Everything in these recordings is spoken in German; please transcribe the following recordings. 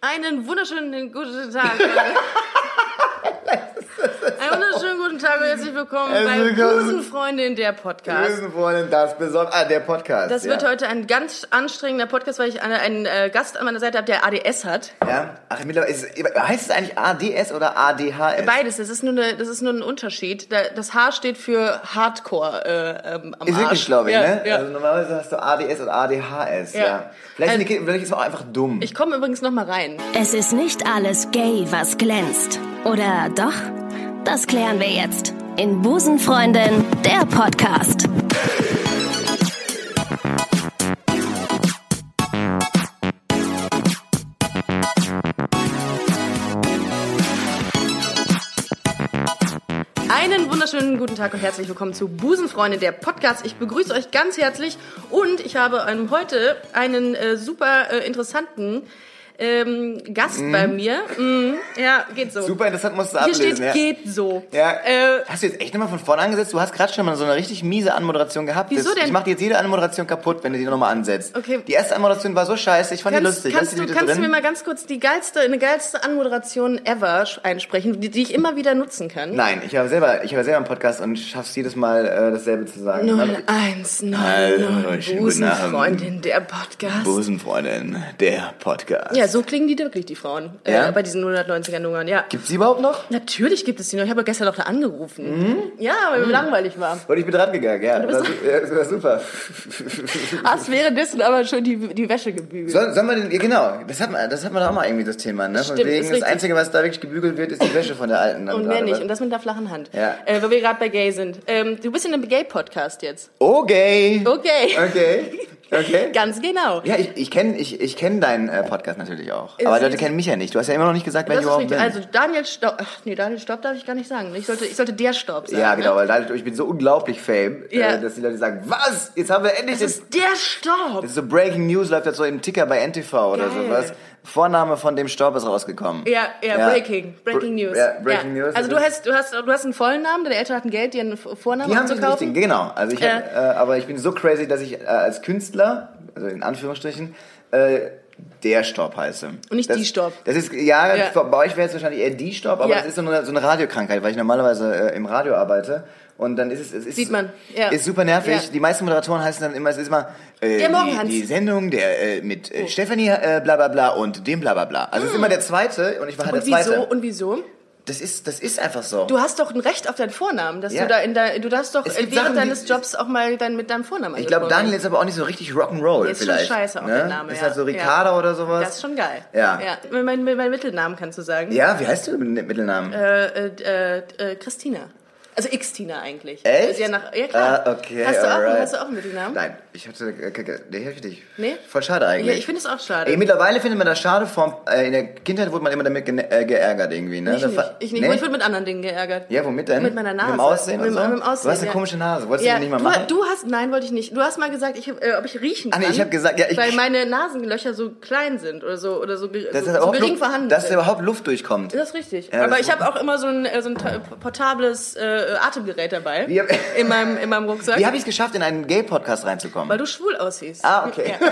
Einen wunderschönen guten Tag. Einen wunderschönen guten Tag und herzlich willkommen Herzlich bei willkommen. Busenfreundin, der Podcast. Lösen wollen das besonders. Ah, der Podcast. Das ja. wird heute ein ganz anstrengender Podcast, weil ich einen, einen äh, Gast an meiner Seite habe, der ADS hat. Ja? Ach, mittlerweile ist, es- heißt es eigentlich ADS oder ADHS? Beides, das ist nur, eine, das ist nur ein Unterschied. Da- Das H steht für Hardcore äh, ähm, am ist Arsch. wirklich, glaube ich, ja, ne? Ja. Also normalerweise hast du ADS oder ADHS, Ja. ja. Also- Vielleicht, sind die Kinder- vielleicht ist man auch einfach dumm. ich komme übrigens noch mal rein. Es ist nicht alles gay, was glänzt. Oder doch? Das klären wir jetzt in Busenfreundin, der Podcast. Einen wunderschönen guten Tag und herzlich willkommen zu Busenfreunde, der Podcast. Ich begrüße euch ganz herzlich und ich habe ähm, heute einen äh, super äh, interessanten ähm, Gast bei mir. Mm, ja, geht so. Mhm. Super interessant musst du Hier ablesen, steht, ja. geht so. Ja. Äh, Hast du jetzt echt nochmal von vorne angesetzt? Du hast gerade schon mal so eine richtig miese Anmoderation gehabt. Wieso Das- denn? Ich mache jetzt jede Anmoderation kaputt, wenn du die nochmal ansetzt. Okay. Die erste Anmoderation war so scheiße, ich fand die kannst lustig. kannst, Lass die du, bitte kannst du drin. mir mal ganz kurz die geilste, eine geilste Anmoderation ever sch- einsprechen, die, die ich immer wieder nutzen kann? Nein, ich habe selber, ich habe selber einen Podcast und schaff's jedes Mal äh, dasselbe zu sagen. Null, eins, null, Hallo, null, Also, schönen guten Abend. Busenfreundin, der Podcast. Busenfreundin, der Podcast. ja, so klingen die wirklich, die Frauen. Ja? Äh, bei diesen 190er Nummern, ja. Gibt's die überhaupt noch? Natürlich gibt es die noch. Ich habe gestern noch da Hm? angerufen. Ja, weil mir langweilig war. Und ich bin dran gegangen, ja. bist Das war, ja, das war super. Hast währenddessen aber schon die, die Wäsche gebügelt. Sollen, sollen wir den, ja, genau, das hat man, das hat man da auch mal irgendwie das Thema, ne? Von Stimmt, wegen, ist das richtig. Einzige, was da wirklich gebügelt wird, ist die Wäsche von der Alten. dann und mehr gerade, ne? nicht. was- Und das mit der flachen Hand. Ja. Äh, weil wir gerade bei Gay sind. Ähm, du bist in einem Gay-Podcast jetzt. Okay. Okay. Okay. Okay. Ganz genau. Ja, ich, ich kenne ich, ich kenn deinen äh, Podcast natürlich auch. Aber Ist- die Leute kennen mich ja nicht. Du hast ja immer noch nicht gesagt, wer Das ich ist überhaupt richtig. bin. Also Daniel Stopp. Ach nee, Daniel Stopp darf ich gar nicht sagen. Ich sollte, ich sollte der Stopp sagen. ja, genau, Ne? weil dadurch, ich bin so unglaublich fame, Ja. äh, dass die Leute sagen, was? Jetzt haben wir endlich Das den ist der Stopp. Das ist so Breaking News läuft jetzt so im Ticker bei NTV oder Geil. sowas. Vorname von dem Staub ist rausgekommen. Ja, ja, Breaking, Breaking Br- News. Ja, Breaking Ja. News. Also du hast, du hast, du hast einen vollen Namen. Deine Eltern hatten Geld, dir einen V- Vornamen die haben zu sich nicht kaufen. den, genau. Also ich Ja. hab, äh, aber ich bin so crazy, dass ich äh, als Künstler, also in Anführungsstrichen, äh, der Staub heiße. Und nicht das, die Staub. Das ist ja, Ja. bei euch wäre es wahrscheinlich eher die Staub, aber Ja. das ist so eine, so eine Radiokrankheit, weil ich normalerweise äh, im Radio arbeite. Und dann ist es, es ist, Sieht man, ja. ist super nervig. Ja. Die meisten Moderatoren heißen dann immer, es ist immer äh, Der Oh. Morgenhans. die, die Sendung der äh, mit äh, Stephanie äh, bla bla bla und dem bla bla bla. Also es ist immer der zweite und ich war halt Ah. Und der zweite. wieso? Und wieso? Das ist das ist einfach so. Du hast doch ein Recht auf deinen Vornamen, dass Ja. du da in der, du darfst doch Es während gibt Sachen, die- deines Jobs auch mal dann mit deinem Vornamen Ich glaube, angesprochen Daniel ist aber auch nicht so richtig Rock'n'Roll Ist schon vielleicht. scheiße auch ne? der Name, Ist ja. halt so Ricarda Ja. oder werden. sowas. Das ist schon geil. Ja. ja. Mein, mein, mein Mittelnamen kannst du sagen. ja, wie heißt du mit Mittelnamen? Äh, äh, äh, Christina. Also X-Tina eigentlich. Echt? Ist Ja, nach, ja klar. Ah, okay, hast, du auch, alright. hast du auch einen Mittelnamen? Nein, ich hatte äh, Kacke. Nee, hab ich nicht. Nee? Voll schade eigentlich. Ja, ich finde es auch schade. Ey, mittlerweile findet man das schade. Vom, äh, in der Kindheit wurde man immer damit ge äh, geärgert irgendwie. Ne? ich Da nicht. fa- Ich, nicht. Nee? ich wurde mit anderen Dingen geärgert. ja, womit denn? Mit meiner Nase. Mit dem Aussehen mit, und so? Mit dem Aussehen, du hast eine ja. komische Nase. Wolltest du die nicht mal du, machen? Du hast, nein, wollte ich nicht. Du hast mal gesagt, ich, äh, ob ich riechen Ah, kann. nee, ich hab gesagt, ja, ich- Weil meine Nasenlöcher so klein sind oder so, oder so, ge- dass so, da so überhaupt gering Luft- vorhanden Dass da sind. überhaupt Luft durchkommt. Das ist richtig. Ja, Aber das- ich habe auch immer so ein, äh, so ein ta- portables äh, Atemgerät dabei. Wie hab- in, meinem, in meinem Rucksack. Wie habe ich es geschafft, in einen Gay-Podcast reinzukommen? weil du schwul aussiehst. Ah, okay. Ja.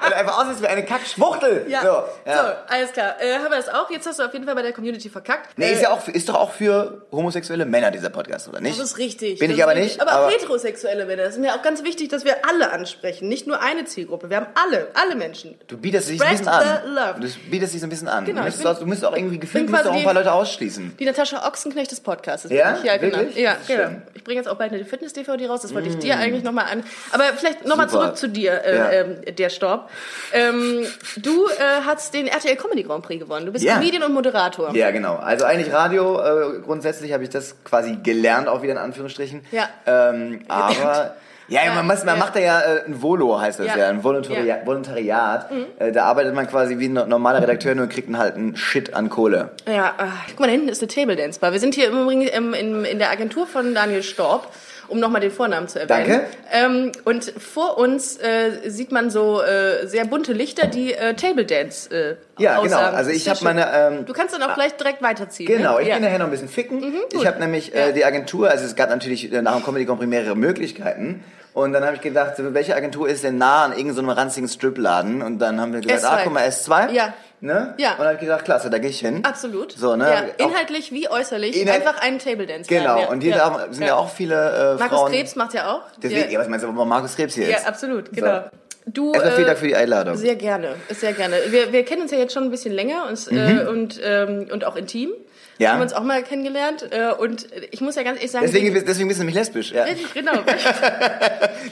Weil du einfach aussiehst wie eine Kackschwuchtel. Ja. So, ja. So, alles klar. Äh, haben wir das auch. Jetzt hast du auf jeden Fall bei der Community verkackt. Nee, äh, ist, ja auch, ist doch auch für homosexuelle Männer dieser Podcast, oder nicht? Das ist richtig. Bin das ich aber ist richtig. nicht. Aber, auch heterosexuelle Männer. Das ist mir auch ganz wichtig, dass wir alle ansprechen. Nicht nur eine Zielgruppe. Wir haben alle, alle Menschen. du bietest dich so ein Spread bisschen an. the love. Du bietest dich so ein bisschen an. Genau, du, ich müsstest bin- auch, du müsstest auch irgendwie gefühlt bin du musst auch quasi ein paar Leute ausschließen. Die Natascha Ochsenknecht des Podcasts. Ja? bin ich. ja genau. Wirklich? Ja, Das ist genau. schön. Mm. Ich bringe jetzt auch bald eine Fitness-DVD raus. Das wollte ich dir eigentlich nochmal an. Aber vielleicht nochmal Super. zurück zu dir, äh, Ja. ähm, der Storb. Ähm, du äh, hast den RTL Comedy Grand Prix gewonnen. Du bist Ja. Comedian und Moderator. Ja, genau. Also eigentlich Radio, äh, grundsätzlich habe ich das quasi gelernt, auch wieder in Anführungsstrichen. Ja. Ähm, aber... Ja, Ja, man, muss, man ja. macht da ja äh, ein Volo, heißt das Ja. ja, ein Volontari Ja. Mhm. Volontariat. Äh, da arbeitet man quasi wie ein no- normaler Redakteur, nur kriegt man halt einen Shit an Kohle. Ja, ah, guck mal, da hinten ist eine Table Dance Bar. Wir sind hier im Übrigen im, in, in der Agentur von Daniel Storb, um nochmal den Vornamen zu erwähnen. Danke. Ähm, und vor uns äh, sieht man so äh, sehr bunte Lichter, die äh, Table Dance äh, Ja, genau. aussagen. Also Das ich ist habe sehr schön. meine... Ähm, Du kannst dann auch gleich direkt weiterziehen. Genau, ne? ich ja. Mhm, bin nachher noch ein bisschen ficken. gut. ich habe nämlich Ja. äh, die Agentur, also es gab natürlich äh, nach dem Comedy Grand Prix mehrere Möglichkeiten. Und dann habe ich gedacht, welche Agentur ist denn nah an irgendeinem ranzigen Stripladen? Und dann haben wir gesagt, S2. ah, guck mal, S2. Ja. Ne? Ja. Und dann habe ich gedacht, klasse, da gehe ich hin. Absolut. So, ne? Ja. Auch- Inhaltlich wie äußerlich. Inhalt- einfach einen Table Dance. Genau, lernen, ja. und hier Ja. da sind ja, auch viele äh, Markus Frauen. Krebs macht ja auch. Deswegen, ja, ja, was meinst du, warum Markus Krebs hier ja, ist? absolut, genau. Du, Erstmal vielen Dank äh, für die Einladung. sehr gerne, sehr gerne. Wir, wir kennen uns ja jetzt schon ein bisschen länger und, äh, und, ähm, und auch intim. Mhm. Ja. Haben uns auch mal kennengelernt. Äh, und ich muss ja ganz ehrlich sagen, Deswegen, deswegen bist du nämlich lesbisch. Ja. ich, genau,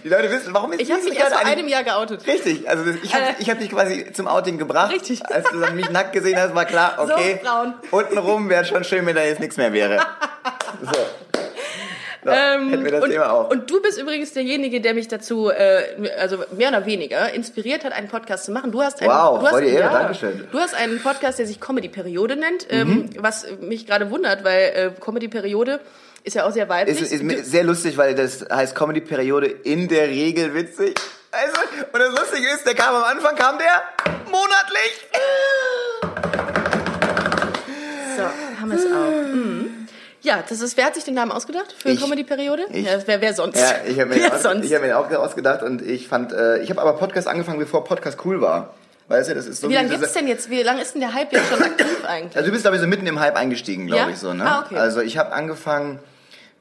Die Leute wissen, warum ist ich habe mich erst vor einem Jahr geoutet. Richtig, also das- ich Äh. habe ich hab dich quasi zum Outing gebracht. Richtig. Als du dann mich nackt gesehen hast, war klar, So, okay, Frauen. untenrum wäre schon schön, wenn da jetzt nichts mehr wäre. So. So, hätten wir das Ähm, und, Thema auch. und du bist übrigens derjenige, der mich dazu, äh, also mehr oder weniger, inspiriert hat, einen Podcast zu machen. Du hast einen, Wow, du hast, voll die Ehre, Dankeschön. Mhm. Du hast einen Podcast, der sich Comedy-Periode nennt, ähm, was mich gerade wundert, weil äh, Comedy-Periode ist ja auch sehr weiblich. ist, ist mi- sehr lustig, weil das heißt Comedy-Periode in der Regel witzig. Also, und das Lustige ist, der kam am Anfang, kam der monatlich. so, haben wir es auch. Mhm. Ja, das ist, wer hat sich den Namen ausgedacht für Ich. Comedy-Periode? Ich. Ja, wer, wer sonst? Ja, ich habe mir, wer den auch- sonst? ich hab mir den auch ausgedacht und ich fand, äh, ich habe aber Podcast angefangen, bevor Podcast cool war. Weißt du, das ist so wie lange diese- gibt's denn jetzt? Wie lange ist denn der Hype jetzt schon aktiv eigentlich? Also du bist, glaube ich, so mitten im Hype eingestiegen, glaube Ja? ich, so, ne? Ah, okay. Also ich habe angefangen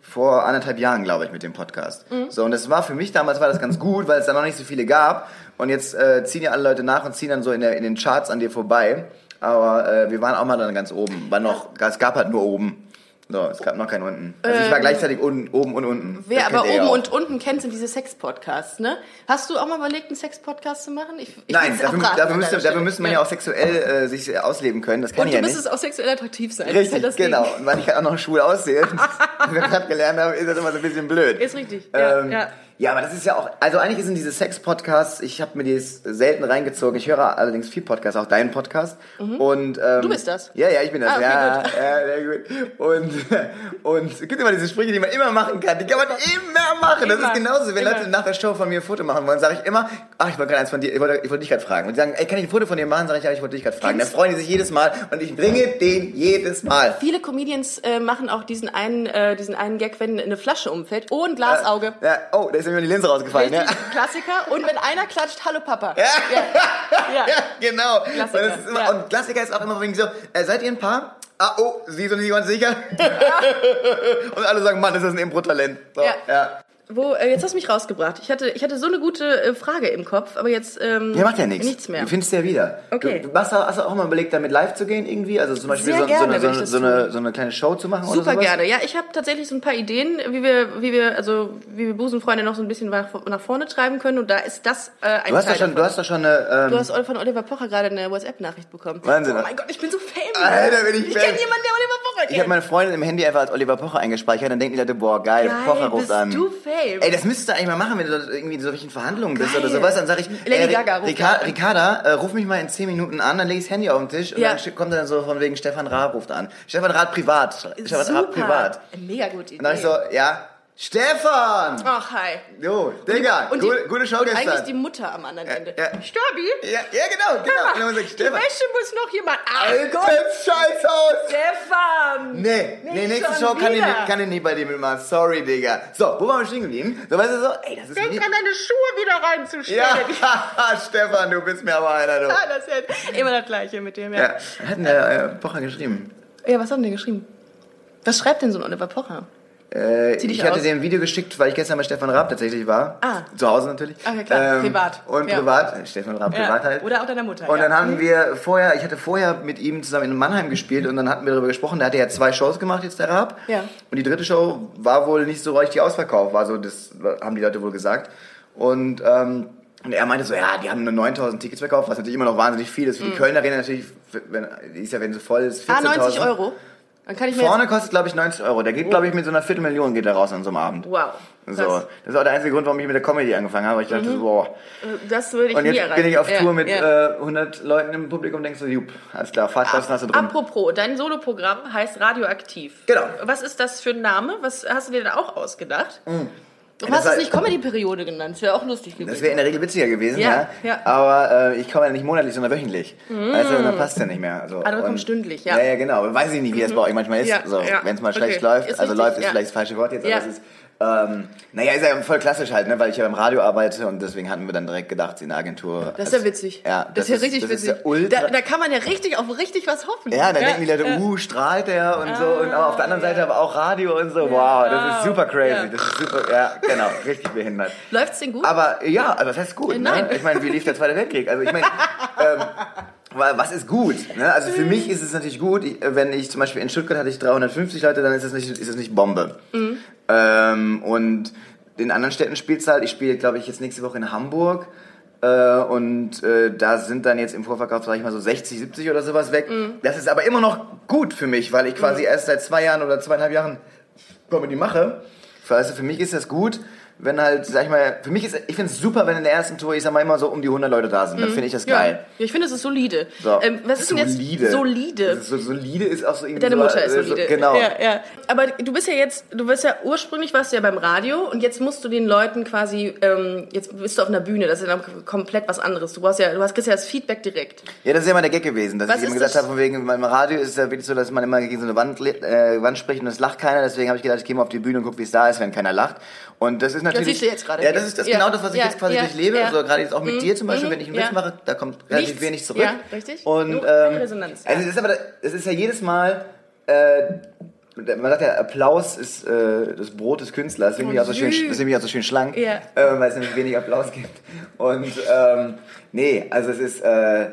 vor anderthalb Jahren, glaube ich, mit dem Podcast. Mhm. So, und das war für mich damals war das ganz gut, weil es da noch nicht so viele gab. Und jetzt äh, ziehen ja alle Leute nach und ziehen dann so in, der, in den Charts an dir vorbei. Aber äh, wir waren auch mal dann ganz oben. War noch, es gab halt nur oben. So, es gab noch keinen unten. Also ich war gleichzeitig un, oben und unten. Ähm, Wer Das kennt aber ihr ja oben auch. und unten kennt, sind diese Sex-Podcasts, ne? Hast du auch mal überlegt, einen Sex-Podcast zu machen? Ich, ich Nein, find's dafür, auch raten dafür, an müsste, deiner dafür Stelle. müsste man ja auch sexuell äh, sich ausleben können. Das kann Und ich ja du nicht. müsstest auch sexuell attraktiv sein. Das ist ja Richtig, das Ding. genau. Und weil ich halt auch noch schwul aussehe, wie wir gerade gelernt haben, ist das immer so ein bisschen blöd. Ist richtig, ja, ähm, ja. ja, aber das ist ja auch, also eigentlich sind diese Sex-Podcasts, ich habe mir die selten reingezogen. Ich höre allerdings viel Podcasts, auch deinen Podcast. Und, ähm, Mhm. Du bist das? Ja, ja, ich bin das. Ah, okay, ja, gut. ja, sehr gut. Und, und es gibt immer diese Sprüche, die man immer machen kann. Die kann man immer machen. Das Immer, ist genauso, wenn immer. Leute nach der Show von mir ein Foto machen wollen, sage ich immer, ach, ich wollte gerade eins von dir, ich wollte, ich wollte dich gerade fragen. Und die sagen, ey, kann ich ein Foto von dir machen? Sage ich, ja, ich wollte dich gerade fragen. Dann freuen die sich jedes Mal und ich bringe den jedes Mal. Viele Comedians äh, machen auch diesen einen, äh, diesen einen Gag, wenn eine Flasche umfällt. Oh, ein Glasauge. Ja, oh, da ist mir die Linse rausgefallen, ne? Richtig, Klassiker. Und wenn einer klatscht, hallo Papa. Ja, Ja. genau. Klassiker, Und, das ist immer, ja. und Klassiker ist auch immer wegen so, äh, seid ihr ein Paar? Ah, oh, sie sind nicht ganz sicher. und alle sagen, Mann, ist das ein Impro-Talent. So, Ja. ja. Wo, äh, jetzt hast du mich rausgebracht. Ich hatte, ich hatte so eine gute äh, Frage im Kopf, aber jetzt ähm, Ja, macht ja nichts. nichts mehr. Du findest ja wieder. Okay. Du, du hast, hast du auch mal überlegt, damit live zu gehen irgendwie? Also zum Beispiel Sehr so, gerne so, würde eine, ich so, das eine, so, eine, so eine kleine Show zu machen oder Super sowas? gerne. Ja, ich habe tatsächlich so ein paar Ideen, wie wir, wie wir, also wie wir Busenfreunde noch so ein bisschen nach, nach vorne treiben können. Und da ist das äh, ein Du hast, Teil doch schon, davon. du hast doch schon eine... Du Ähm, hast von Oliver Pocher gerade eine WhatsApp-Nachricht bekommen. Wahnsinn. Oh mein Gott, ich bin so famous. Alter, bin ich Ich famous. kenne jemanden, der Oliver Pocher kennt. ich habe meine Freundin im Handy einfach als Oliver Pocher eingespeichert. Dann denken die Leute, boah, geil, Geil, Pocher ruft bist an. du fame. Ey, das müsstest du eigentlich mal machen, wenn du dort irgendwie in solchen Verhandlungen bist Geil. oder sowas. Dann sag ich, Lady Ri- Gaga ruft Rika an. Ricarda, äh, ruf mich mal in 10 Minuten an, dann leg ich das Handy auf den Tisch und Ja. dann sch- kommt dann so von wegen Stefan Raab ruft an. Stefan Raab privat. Stefan Super. Raab privat. Und Mega gute Idee. dann hab ich so, ja, Stefan! Ach, hi. Jo, Digga, Und die- gute, gute Show und gestern. eigentlich die Mutter am anderen Ende. ja. Stabi, ja, ja, genau, genau. Und dann sag ich, die Wäsche Stefan, muss noch jemand... Ach Gott, Altes Scheißhaus! Stefan. Nee, nee, Nicht nächste schon Show kann ich, wieder. nicht, kann ich nicht bei dir mitmachen. Sorry, Digga. So, wo waren wir stehen geblieben? So, weißt du so, ey, das ist Denk mir- an deine Schuhe wieder reinzustellen. Ja, Stefan, du bist mir aber einer, du. Ah, das ist ja immer das Gleiche mit dem, Ja, hat denn der äh, Pocher geschrieben? Ja, was haben die geschrieben? Was schreibt denn so ein Oliver Pocher? Äh, Zieh dich ich hatte aus. dir ein Video geschickt, weil ich gestern bei Stefan Raab tatsächlich war. Ah. Zu Hause natürlich. Ähm, Ah, ja, klar. Privat. Und Ja. privat. Äh, Stefan Raab Ja. privat halt. Oder auch deiner Mutter, ja. Und Mhm. dann haben wir vorher, ich hatte vorher mit ihm zusammen in Mannheim gespielt und dann hatten wir darüber gesprochen. Da hat er ja zwei Shows gemacht, jetzt der Raab. Ja. Und die dritte Show war wohl nicht so richtig ausverkauft. War so, das haben die Leute wohl gesagt. Und, ähm, und er meinte so, ja, die haben nur 9000 Tickets verkauft, was natürlich immer noch wahnsinnig viel ist. Für die Kölner Arena natürlich, wenn, die ist ja, wenn sie voll ist, 14.000. Mhm. Ah, 90 Euro. Dann kann ich mir Vorne kostet, glaube ich, 90 Euro. Der geht, glaube ich, mit so einer Viertelmillion geht er raus an so einem Abend. jetzt... Wow. So. Das ist auch der einzige Grund, warum ich mit der Comedy angefangen habe. weil Ich dachte, so, boah. Das, äh, das würde Mhm. ich Und nie jetzt erreichen. bin ich auf Ja, Tour mit ja. äh, 100 Leuten im Publikum und denkst so, jupp, alles klar, Fahrtkosten hast du drin. Apropos, dein Soloprogramm heißt Radioaktiv. Genau. Was ist das für ein Name? Was hast du dir da auch ausgedacht? Du Mm. das hast es war- nicht Comedy-Periode genannt. Das wäre auch lustig Das gewesen. wäre in der Regel witziger gewesen, Ja, ja. ja. Mm. Aber äh, ich komme ja nicht monatlich, sondern wöchentlich. Also dann passt ja nicht mehr. So. Andere kommen Und- Ah, stündlich, ja. Mhm. Ja, ja, genau. Aber Weiß ich nicht, wie das bei euch manchmal ist. Ja, so, ja. Wenn es mal Okay. schlecht läuft. Ist also richtig, läuft ist ja. vielleicht das falsche Wort jetzt, Ja. aber es ist Ähm, naja, ist ja voll klassisch halt, ne? weil ich ja beim Radio arbeite und deswegen hatten wir dann direkt gedacht, sie in der Agentur. Das ist ja witzig. Ja, das, ist ja richtig das witzig. Ist ja, ultra, da, da kann man ja richtig auf richtig was hoffen. Äh, ja, dann denken die Leute, uh, strahlt der und so. Und Ah, aber auf der anderen Seite aber auch Radio und so. Wow, das ist super crazy. Ja. Das ist super, ja, genau, richtig behindert. Läuft's denn gut? Aber äh, ja, also was heißt gut? Äh, Ne? nein. Ich meine, wie lief der Zweite Weltkrieg? Also ich meine, ähm, wa- was ist gut? Ne? Also für mich ist es natürlich gut, ich, äh, wenn ich zum Beispiel in Stuttgart hatte ich 350 Leute, dann ist es nicht, ist es nicht Bombe. Ähm, und in anderen Städten spielt halt, ich spiele, glaube ich, jetzt nächste Woche in Hamburg. Äh, und äh, da sind dann jetzt im Vorverkauf, sage ich mal, so 60, 70 oder sowas weg. Das ist aber immer noch gut für mich, weil ich quasi erst seit zwei Jahren oder zweieinhalb Jahren Comedy mache. Also für mich ist das gut, wenn halt, sag ich mal, für mich ist, ich finde es super, wenn in der ersten Tour, ich sag mal immer so um die 100 Leute da sind. Dann finde ich das Mhm. ja. geil. Ja, ich finde, es ist solide. So. Ähm, was ist denn jetzt Das solide? ist so, solide ist auch so irgendwie Deine so, Mutter ist äh, solide. So, genau. Ja, ja. Aber du bist ja jetzt, du bist ja ursprünglich warst du ja beim Radio und jetzt musst du den Leuten quasi, ähm, jetzt bist du auf einer Bühne, das ist ja dann komplett was anderes. Du brauchst ja, du hast kriegst ja das Feedback direkt. Ja, das ist ja immer der Gag gewesen, dass Was ich immer ist gesagt das? habe, von wegen, beim Radio ist es ja wirklich so, dass man immer gegen so eine Wand, le- äh, Wand spricht und es lacht keiner. Deswegen habe ich gedacht, ich gehe mal auf die Bühne und gucke, wie es da ist, wenn keiner lacht. Und das ist natürlich. siehst du jetzt gerade. Ja, das ist das Ja. genau das, was ich Ja. jetzt quasi Ja. durchlebe. Ja. Mhm. Also gerade jetzt auch mit dir zum Beispiel, wenn ich einen Ja. Witz mache, da kommt relativ Nichts. wenig zurück. Ja, richtig. Und Nur keine ähm, Resonanz. Also es ist aber, es ist ja jedes Mal. Äh, man sagt ja, Applaus ist äh, das Brot des Künstlers. Deswegen bin ich auch so schön, süß. deswegen bin ich auch so schön schlank, Ja. äh, weil es nämlich wenig Applaus gibt. Und ähm, nee, also es ist, äh,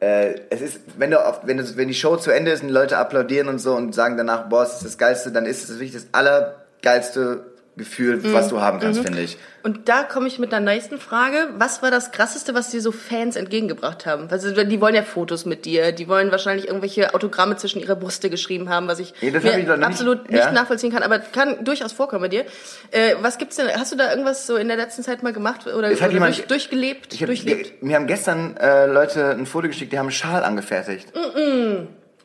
äh, es ist, wenn du, auf, wenn du, wenn die Show zu Ende ist und die Leute applaudieren und so und sagen danach, boah, es ist das Geilste, dann ist es wirklich das allergeilste Gefühl, Mhm. was du haben kannst, finde ich. Und da komme ich mit der nächsten Frage. Was war das Krasseste, was dir so Fans entgegengebracht haben? Also die wollen ja Fotos mit dir, die wollen wahrscheinlich irgendwelche Autogramme zwischen ihrer Brüste geschrieben haben, was ich, Nee, das mir hab ich noch nicht- absolut ja. nicht nachvollziehen kann, aber kann durchaus vorkommen bei dir. Äh, was gibt's denn? Hast du da irgendwas so in der letzten Zeit mal gemacht oder, Es hat oder jemand- durch, durchgelebt? Ich hab, durchlebt? mir haben gestern äh, Leute ein Foto geschickt, die haben einen Schal angefertigt.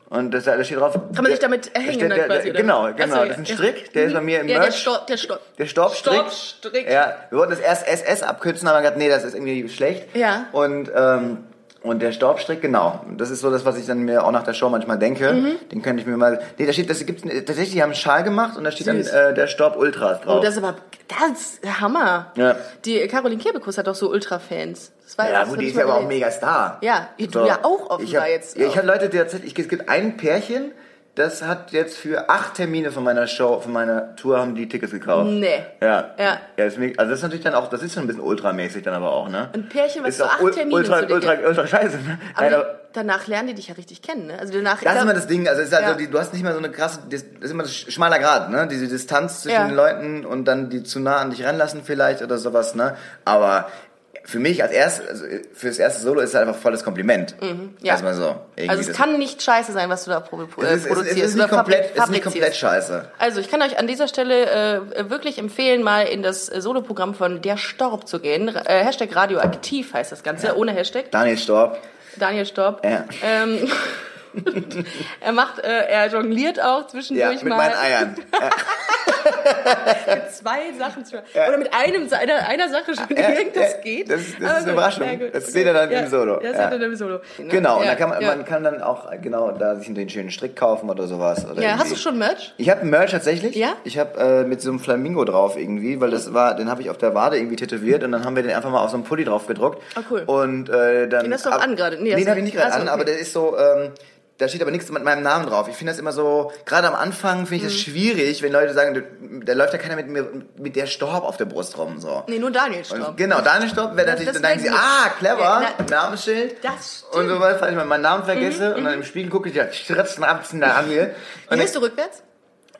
Und das, da steht drauf. Mm, Kann man sich damit da erhängen steht- dann der, quasi, der, oder? Genau, Ach so, genau. ja, das ist ein ja. Strick, der ist bei mir im Ja, der Merch. Stopp, der Stopp. Der Staubstrick. Staubstrick. Ja, wir wollten das erst SS abkürzen, aber haben gesagt, nee, das ist irgendwie schlecht. Ja. Und, ähm, und der Staubstrick, genau. Das ist so das, was ich dann mir auch nach der Show manchmal denke. Mhm. Den könnte ich mir mal. Nee, da steht, das gibt's tatsächlich, die haben einen Schal gemacht und da steht Süß. dann äh, der Staub Ultras drauf. Oh, das ist aber das ist Hammer. Ja. Die Caroline Kebekus hat auch so Ultra-Fans. Das war ja, das gut, hab die ich ist mal ja aber auch gelesen. mega Star. Ja, ihr du ja auch ich offenbar hab, jetzt. Ja, ich habe Leute, die tatsächlich, es gibt ein Pärchen, das hat jetzt für acht Termine von meiner Show, von meiner Tour, haben die Tickets gekauft. Nee. Ja. Ja. ja ist mega, also das ist natürlich dann auch, das ist schon ein bisschen ultramäßig dann aber auch, ne? Ein Pärchen, was ist zu auch acht ul- Terminen ultra, zu dir ultra, ultra, scheiße. Ne? Aber, Nein, aber danach lernen die dich ja richtig kennen, ne? Also danach. das ist immer das Ding, also es ist halt Ja. so, die, du hast nicht mal so eine krasse, das ist immer so sch- schmaler Grad, ne? Diese Distanz zwischen Ja. den Leuten und dann die zu nah an dich ranlassen vielleicht oder sowas, ne? Aber für mich als erstes, also fürs erste Solo ist es einfach volles Kompliment. Mhm. ja. Erstmal so. Irgendwie also es das- kann nicht scheiße sein, was du da produ es äh, ist, es ist, produzierst. es ist oder nicht komplett, es ist nicht fabrizierst. komplett scheiße. Also ich kann euch an dieser Stelle äh, wirklich empfehlen, mal in das äh, Soloprogramm von Der Storb zu gehen. Äh, Hashtag radioaktiv heißt das Ganze, ohne Hashtag. Daniel Storb. Daniel Storb. Ja. Ähm, er macht, äh, er jongliert auch Ja, zwischendurch mit mal. meinen Eiern. zwei Sachen zu Oder mit einem, einer, einer Sache schon Ja, direkt, das ja, geht. das ist- das Aber ist eine gut, Überraschung. na gut, Das seht ihr dann ja, im Solo. Das Ja. seht ihr dann im Solo. Ne? Genau, und Ja, dann kann man, ja. man kann dann auch äh, genau da sich den schönen Strick kaufen oder sowas. Oder Ja, hast irgendwie. du schon Merch? Ich habe Merch tatsächlich. Ja? Ich habe äh, mit so einem Flamingo drauf irgendwie, weil das war, den habe ich auf der Wade irgendwie tätowiert und dann haben wir den einfach mal auf so einen Pulli drauf gedruckt. Ah, cool. Und äh, dann. Den hast du auch ab- an gerade. Nee, hast den du habe ich nicht gerade Ach so, an, okay. aber der ist so. Ähm, da steht aber nichts mit meinem Namen drauf. Ich finde das immer so, gerade am Anfang finde ich das Hm. schwierig, wenn Leute sagen, da- da läuft ja keiner mit mir, mit der Storb auf der Brust rum, so. Nee, nur Daniel Und Storb. genau, Daniel Stopp wäre natürlich, das dann denken sie, wär gut. ah, clever, Ja, Namensschild. Das Mhm, Und so weiter, falls ich mal meinen Namen vergesse und dann im Spiegel gucke ich, ja, schritzen ab, Daniel. Und Gehst du rückwärts?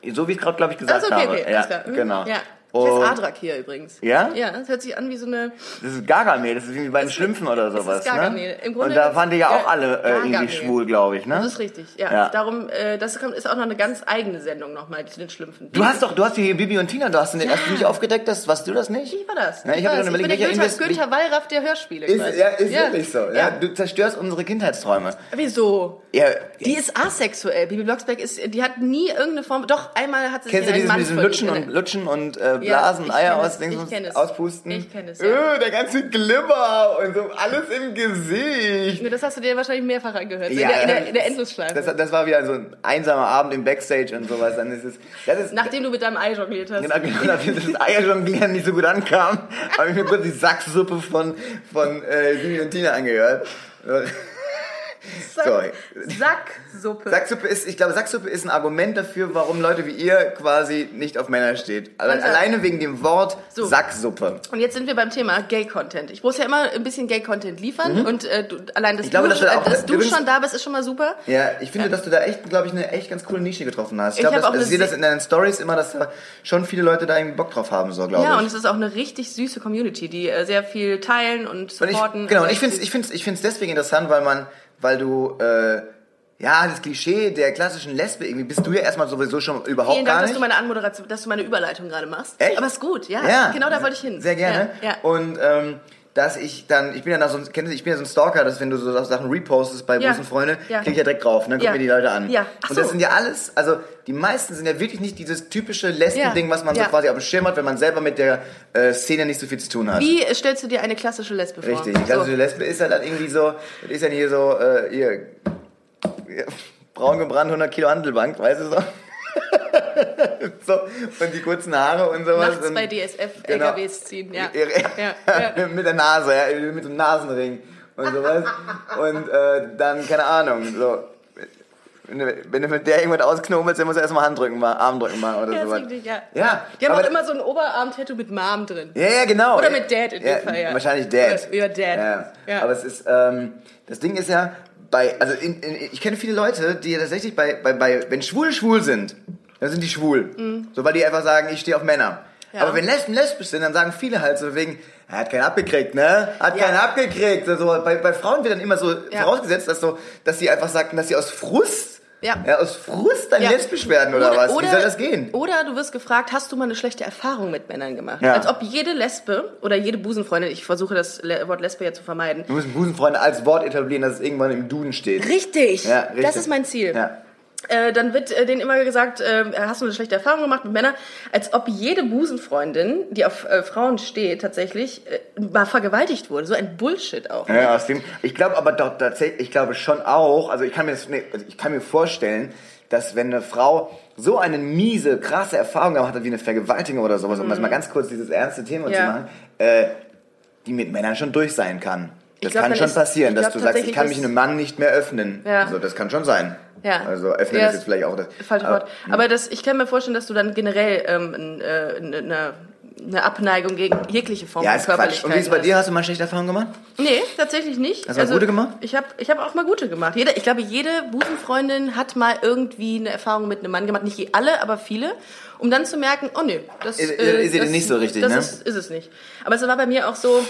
dann, so wie ich gerade, glaube ich, gesagt Also okay, habe. okay, ja, alles klar. Mhm. Genau. Ja. Ich heiße Und Adrak hier übrigens. Ja? Ja, das hört sich an wie so eine. das ist Gargamel, das ist irgendwie bei den Schlümpfen oder ist sowas. Gargamel. Ne? Im Grunde und da ist- fanden die ja auch ja, alle äh, irgendwie Gargamel. schwul, glaube ich. Ne? Das ist richtig, ja. Ja. Darum, äh, das kommt, ist auch noch eine ganz eigene Sendung nochmal zu den Schlümpfen. Du hast doch, du hast hier Bibi und Tina, du hast, den, hast du nicht aufgedeckt, das, warst du das nicht? Wie war das? Ja, ich Wie war habe das? dann überlegt, bin der welcher Günther, Invest- Günther Wallraff der Hörspiele. ist, quasi. ja, ist wirklich so. Ja. ja. Du zerstörst unsere Kindheitsträume. Wieso? Ja, Die ist asexuell. Bibi Blocksberg ist, die hat nie irgendeine Form. Doch einmal hat sie Kennst du sich in dieses einen mit diesem Mann Lutschen verliebt. und Lutschen und äh, Blasen, ich Eier kenn aus, es, Dings, ich kenn es. auspusten. Ich kenn es, ja. Öh, der ganze Glimmer und so alles im Gesicht. Das hast du dir wahrscheinlich mehrfach angehört. in Ja, der, in der, das- in der Endlosschleife. Das, das war wieder so ein einsamer Abend im Backstage und sowas. Dann ist es, das ist, Nachdem du mit deinem Ei jongliert hast. Genau, genau, dafür, dass das Eierjonglieren nicht so gut ankam, habe ich mir kurz die Sacksuppe von, von äh, Jimmy und Tina angehört. So, Sacksuppe. Sacksuppe ist, ich glaube, Sacksuppe ist ein Argument dafür, warum Leute wie ihr quasi nicht auf Männer steht. Alle, Also- alleine wegen dem Wort So. Sacksuppe. Und jetzt sind wir beim Thema Gay-Content. Ich muss ja immer ein bisschen Gay-Content liefern und äh, du, allein, dass, Mhm. Ich glaube, du, das wird auch- dass du übrigens- schon da bist, ist schon mal super. Ja, ich finde, dass du da echt, glaube ich, eine echt ganz coole Nische getroffen hast. Ich, Ich glaube, hab dass- auch also eine ich sehe das sehr- in deinen Stories immer, dass da schon viele Leute da irgendwie Bock drauf haben, so glaube Ja, ich. und es ist auch eine richtig süße Community, die äh, sehr viel teilen und Und ich, supporten. genau, und Also ich finde es ich find's, ich find's deswegen interessant, weil man, weil du, äh, ja, das Klischee der klassischen Lesbe, irgendwie bist du ja erstmal sowieso schon überhaupt Vielen gar Dank, dass nicht. du meine Anmoderation, dass du meine Überleitung gerade machst. Echt? Aber ist gut, ja. genau da wollte ich hin. Sehr gerne. Ja, ja. Und ähm, dass ich dann, ich bin ja nach so ein, kennst du, ich bin ja so ein Stalker, dass wenn du so Sachen repostest bei Ja. großen Freunde, Ja. klicke ich ja direkt drauf, ne, guck Ja. mir die Leute an. Ja. Ach Und das so. sind ja alles, also die meisten sind ja wirklich nicht dieses typische Lesben-Ding, Ja. was man Ja. so quasi auf dem Schirm hat, wenn man selber mit der äh, Szene nicht so viel zu tun hat. Wie äh, stellst du dir eine klassische Lesbe vor? Richtig, die klassische so. Lesbe ist halt, dann irgendwie so, das ist ja hier so, äh, hier, hier, braun gebrannt, 100 Kilo Handelbank, weißt du so. so. Und die kurzen Haare und sowas. Nachts und bei DSF Genau. LKWs ziehen, ja. Ihre- ja, ja. mit der Nase, ja, mit dem Nasenring und sowas. und äh, dann, keine Ahnung, so. Wenn du, wenn du mit der irgendwas ausknobelst, dann musst du erstmal Handrücken machen, Armdrücken machen oder Ja, ist sowas. richtig, ja. Ja, Die haben aber- auch immer so ein Oberarm-Tattoo mit Mom drin. Ja, ja, genau. Oder mit Dad in dem ja, Fall, ja. Wahrscheinlich Dad. Oder- ja, Dad. Ja. Ja. Aber es ist, ähm, das Ding ist ja, bei, also in, in, ich kenne viele Leute, die tatsächlich bei, bei, bei, wenn Schwule schwul sind, dann sind die schwul. So, weil die einfach sagen, ich stehe auf Männer. Mhm. Ja. Aber wenn Lesben lesbisch sind, dann sagen viele halt so wegen, er hat keinen abgekriegt, ne? Hat Ja. keinen abgekriegt. Also bei, bei Frauen wird dann immer so Ja. vorausgesetzt, dass, so, dass sie einfach sagten, dass sie aus Frust, Ja. aus Frust dann Ja. lesbisch werden oder, was. Wie soll das gehen? Oder du wirst gefragt, hast du mal eine schlechte Erfahrung mit Männern gemacht? Ja. Als ob jede Lesbe oder jede Busenfreundin, ich versuche das Le Wort Lesbe ja zu vermeiden. Wir müssen Busenfreunde als Wort etablieren, dass es irgendwann im Duden steht. Richtig, Ja, richtig. das ist mein Ziel. Ja. Äh, dann wird äh, denen immer gesagt, äh, hast du eine schlechte Erfahrung gemacht mit Männern? Als ob jede Busenfreundin, die auf äh, Frauen steht, tatsächlich äh, mal vergewaltigt wurde. So ein Bullshit auch. Ja, aus dem, ich glaube aber doch tatsächlich, ich glaube schon auch, also ich kann mir das, nee, also ich kann mir vorstellen, dass wenn eine Frau so eine miese, krasse Erfahrung gemacht hat wie eine Vergewaltigung oder sowas, um das mal ganz kurz dieses ernste Thema zu Mhm. Ja. machen, äh, die mit Männern schon durch sein kann. Das glaub, kann dann schon ist- passieren, ich glaub dass du sagst, ich tatsächlich, kann mich dass- einem Mann nicht mehr öffnen. Ja. Also das kann schon sein. Ja. Also öffnen Ja, ist jetzt ist- vielleicht auch das. Falsches aber- Wort. Aber das, ich kann mir vorstellen, dass du dann generell ähm, ein, äh, ein- eine, eine Abneigung gegen jegliche Form Ja, von ist Quatsch. Körperlichkeit Und wie ist es bei hast. dir? Hast du mal schlechte Erfahrungen gemacht? Nee, tatsächlich nicht. Also, Hast du mal gute gemacht? Ich habe ich hab auch mal gute gemacht. Jede, ich glaube, jede Busenfreundin hat mal irgendwie eine Erfahrung mit einem Mann gemacht. Nicht je- alle, aber viele. Um dann zu merken, oh nee, das Ist- ist sie das, denn nicht so richtig, das ne? Ist, ist es nicht. Aber es war bei mir auch so,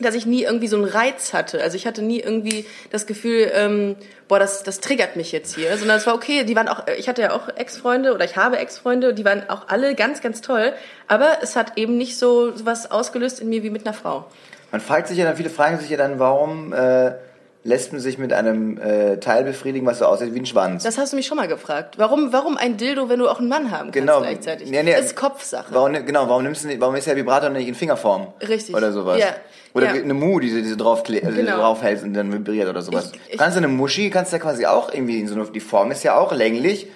dass ich nie irgendwie so einen Reiz hatte. Also ich hatte nie irgendwie das Gefühl, ähm, boah, das, das triggert mich jetzt hier. Sondern es war okay, die waren auch, ich hatte ja auch Ex-Freunde oder ich habe Ex-Freunde, die waren auch alle ganz, ganz toll. Aber es hat eben nicht so was ausgelöst in mir wie mit einer Frau. Man fragt sich ja dann, viele fragen sich ja dann, warum äh, Lesben sich mit einem äh, Teil befriedigen, was so aussieht wie ein Schwanz. Das hast du mich schon mal gefragt. Warum, warum ein Dildo, wenn du auch einen Mann haben kannst Genau. gleichzeitig? Ja, nee. Ist Kopfsache. warum, ne- genau, warum, nimmst du, nicht- warum ist der Vibrator nicht in Fingerform? Richtig. Oder sowas. Ja. Oder Ja. eine Mu, die, du- die, du drauf, also die du Genau. draufhältst und dann vibriert oder sowas. Ich- ich- kannst du eine Muschi, kannst du ja quasi auch irgendwie in so eine, die Form ist ja auch länglich.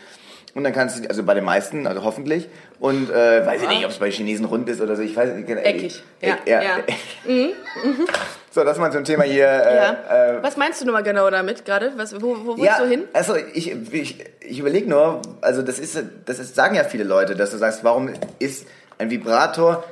Und dann kannst du, also bei den meisten, also hoffentlich. Und äh, weiß ich nicht, ob es bei Chinesen rund ist oder so, ich weiß nicht. keine- Eckig. Ja, Eck- ja. ja. Mhm, So, das mal zum Thema hier. Äh, Ja. äh, Was meinst du nochmal genau damit gerade? Was, wo wo willst du hin? Also ich, ich, ich überlege nur, also das ist, das ist, sagen ja viele Leute, dass du sagst, warum ist ein Vibrator,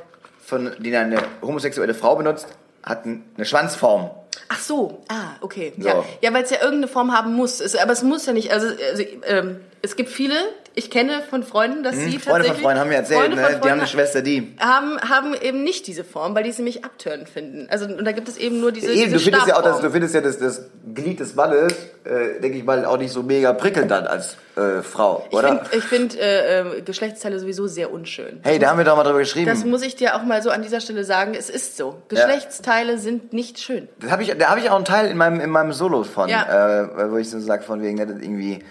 von, den eine homosexuelle Frau benutzt, hat ein- eine Schwanzform. Ach so, ah, okay. So. Ja, ja weil es ja irgendeine Form haben muss. Es, aber es muss ja nicht. Also, also ähm, es gibt viele, ich kenne von Freunden, dass sie Hm, Freunde tatsächlich. von Freunden haben mir erzählt, Freunde ne? von die haben eine Freunden Schwester, die. haben, haben eben nicht diese Form, weil die sie mich abtören finden. Also und da gibt es eben nur diese, Eben, diese du findest ja auch, das, du Stabform. findest ja das, das Glied des Balles, äh, denke ich mal, auch nicht so mega prickelnd dann als äh, Frau, Ich oder? finde ich find, äh, äh, Geschlechtsteile sowieso sehr unschön. hey, da haben wir doch mal drüber geschrieben. Das muss ich dir auch mal so an dieser Stelle sagen. Es ist so. Geschlechtsteile sind nicht schön. Das hab ich, da habe ich auch einen Teil in meinem, in meinem Solo von, Ja. äh, wo ich so sage, von wegen, das ist irgendwie,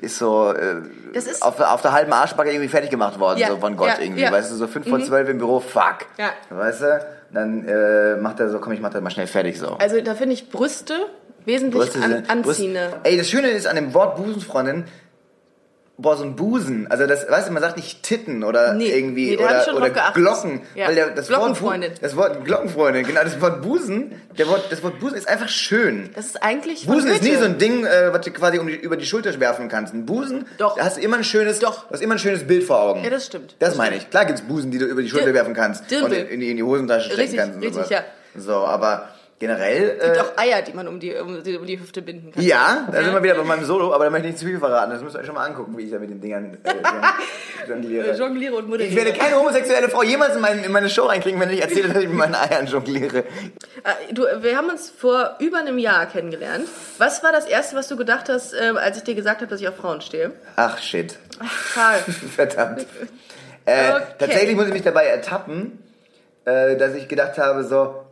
ist so äh, Das ist- auf, auf der halben Arschbacke irgendwie fertig gemacht worden, Ja, so von Gott ja, irgendwie. ja. Mhm. Weißt du, so fünf vor zwölf im Büro, fuck. Ja. Weißt du? Dann äh, macht er so, komm, ich mach das mal schnell fertig so. Also da finde ich Brüste wesentlich Brüste an, ne? sind- anziehender. Brust- Ey, das Schöne ist an dem Wort Busenfreundin, boah, so ein Busen. Also das, weißt du, man sagt nicht Titten oder Nee, irgendwie nee, da hab ich oder, schon oder drauf geachtet. Glocken. Ja. Weil der, das Wort, Bu- Glockenfreundin. das Wort Glockenfreundin, genau, das Wort Busen, der Wort, das Wort Busen ist einfach schön. Das ist eigentlich von Busen ist nie Goethe. so ein Ding, äh, was du quasi um die, über die Schulter werfen kannst. Ein Busen, Doch. da hast du immer ein schönes, Doch. Du hast immer ein schönes Bild vor Augen. Ja, das stimmt. Das meine ich. Klar gibt's Busen, die du über die Schulter Dir- werfen kannst und Dirndl. in, in, die, in die Hosentasche stecken Richtig, kannst. und richtig, sowas. ja. So, aber generell. äh, Und auch Eier, die man um die, um, die, um die Hüfte binden kann. ja, da sind Ja. wir wieder bei meinem Solo, aber da möchte ich nicht zu viel verraten. Das müsst ihr euch schon mal angucken, wie ich da mit den Dingern äh, jong- Äh, jongliere. Jongliere und Ich werde Moderiere. keine homosexuelle Frau jemals in, meinen- in meine Show reinkriegen, wenn ich erzähle, dass ich mit meinen Eiern jongliere. Äh, Du, wir haben uns vor über einem Jahr kennengelernt. Was war das Erste, was du gedacht hast, ähm, als ich dir gesagt habe, dass ich auf Frauen stehe? Ach, shit. Karl. Verdammt. Äh, Okay. Tatsächlich muss ich mich dabei ertappen, äh, dass ich gedacht habe so,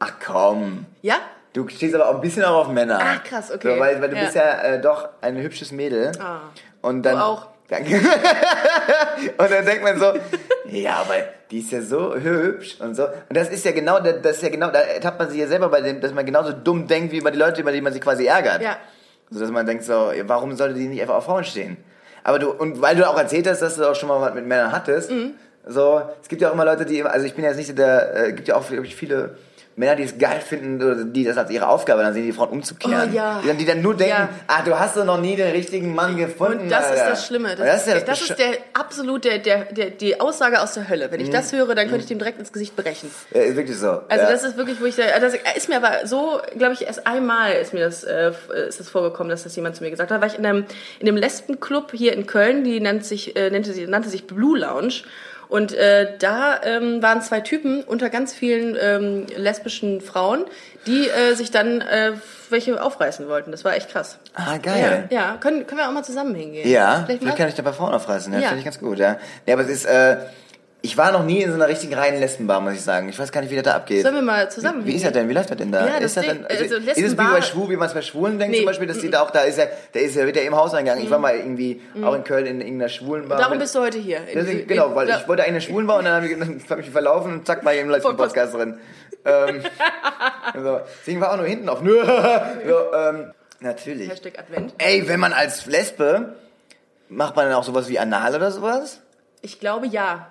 ach komm, Ja? du stehst aber auch ein bisschen auch auf Männer. Ah, krass, okay. So, weil, weil du Ja. bist ja äh, doch ein hübsches Mädel. Ah. Und dann, Du auch. Danke. und dann denkt man so, ja, aber die ist ja so hübsch und so. Und das ist ja genau, das ist ja genau, da ertappt man sich ja selber bei dem, dass man genauso dumm denkt wie über die Leute, über die man sich quasi ärgert. Ja. So dass man denkt so, ja, warum sollte die nicht einfach auf Frauen stehen? Aber du, und weil du auch erzählt hast, dass du auch schon mal was mit Männern hattest, Mhm. so, es gibt ja auch immer Leute, die, also ich bin ja jetzt nicht so der, äh, gibt ja auch glaub ich, viele Männer, die es geil finden, oder die das als ihre Aufgabe dann sehen, die Frauen umzukehren. Oh, ja. die, dann, die dann nur denken, Ja. ah, du hast doch noch nie den richtigen Mann gefunden. Und das ist Alter. das Schlimme. Und Das, ist ja das, das ist Besch- der absolut der, der, der, die Aussage aus der Hölle. Wenn Hm. ich das höre, dann könnte ich dem direkt ins Gesicht brechen. Ja, Äh, ist wirklich so. Also ja. das ist wirklich, wo ich da, also das ist mir aber so, glaube ich, erst einmal ist mir das, äh, ist das vorgekommen, dass das jemand zu mir gesagt hat. Da war ich in einem, in einem Lesbenclub hier in Köln, die nannte sich, äh, nannte, sie- nannte sich Blue Lounge. Und äh, da ähm, waren zwei Typen unter ganz vielen ähm, lesbischen Frauen, die äh, sich dann äh, welche aufreißen wollten. Das war echt krass. Ah, Ja, geil. Ja. ja. Können, können wir auch mal zusammen hingehen. vielleicht, Vielleicht mal? kann ich da ein paar Frauen aufreißen. Ja, Ja. Finde ich ganz gut, ja. Nee, aber es ist, äh, ich war noch nie in so einer richtigen reinen Lesbenbar, muss ich sagen. Ich weiß gar nicht, wie das da abgeht. Sollen wir mal zusammen Wie, wie ist das denn? Wie läuft das denn da? Ja, das ist das Ding- denn, also, also ist es wie Lesbenbar- bei Schwulen, wie man es bei Schwulen denkt Nee, Mhm. zum Beispiel, dass die da auch, da ist ja, da ist ja, wird ja im Haus eingegangen. Ich war mal irgendwie auch in Köln in irgendeiner Schwulenbar. Darum mit- bist du heute hier. In- Deswegen, in- genau, weil da- ich wollte eigentlich schwulen war und dann habe ich, dann hab ich mich verlaufen und zack, war ich im Live-Podcast drin. Ähm, so. Deswegen war auch nur hinten auf. Nö. so, ähm, natürlich. Hashtag Advent. Ey, wenn man als Lesbe, macht man dann auch sowas wie anal oder sowas? Ich glaube ja.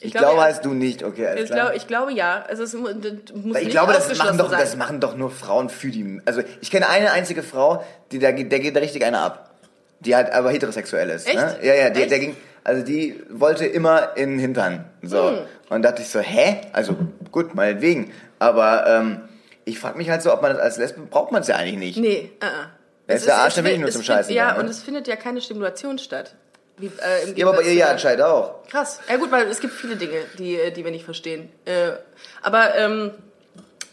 Ich, glaube, ja. heißt du nicht, okay, alles Ich, klar. glaub, ich glaube ja. Also es mu- d- d- muss Weil ich nicht glaube, das machen, doch, ausgeschlossen das sein. machen doch nur Frauen für die. Also ich kenne eine einzige Frau, die da geht, der geht da richtig eine ab. Die halt aber heterosexuell ist. Ne? Echt? Ja, ja, die, Echt? der ging. Also die wollte immer in den Hintern. So. Hm. Und dachte ich so, hä? Also gut, meinetwegen. Aber ähm, ich frage mich halt so, ob man das als Lesbe braucht man es ja eigentlich nicht. Nee, uh -uh. Wer ist der Arsch, der will ich nur zum Scheißen Ja, bringen, ne? und es findet ja keine Stimulation statt. Wie, äh, im Ja, aber bei Gegensatz ihr ja zu- anscheinend auch. Krass. Ja gut, weil es gibt viele Dinge, die, äh, die wir nicht verstehen. Äh, aber ähm,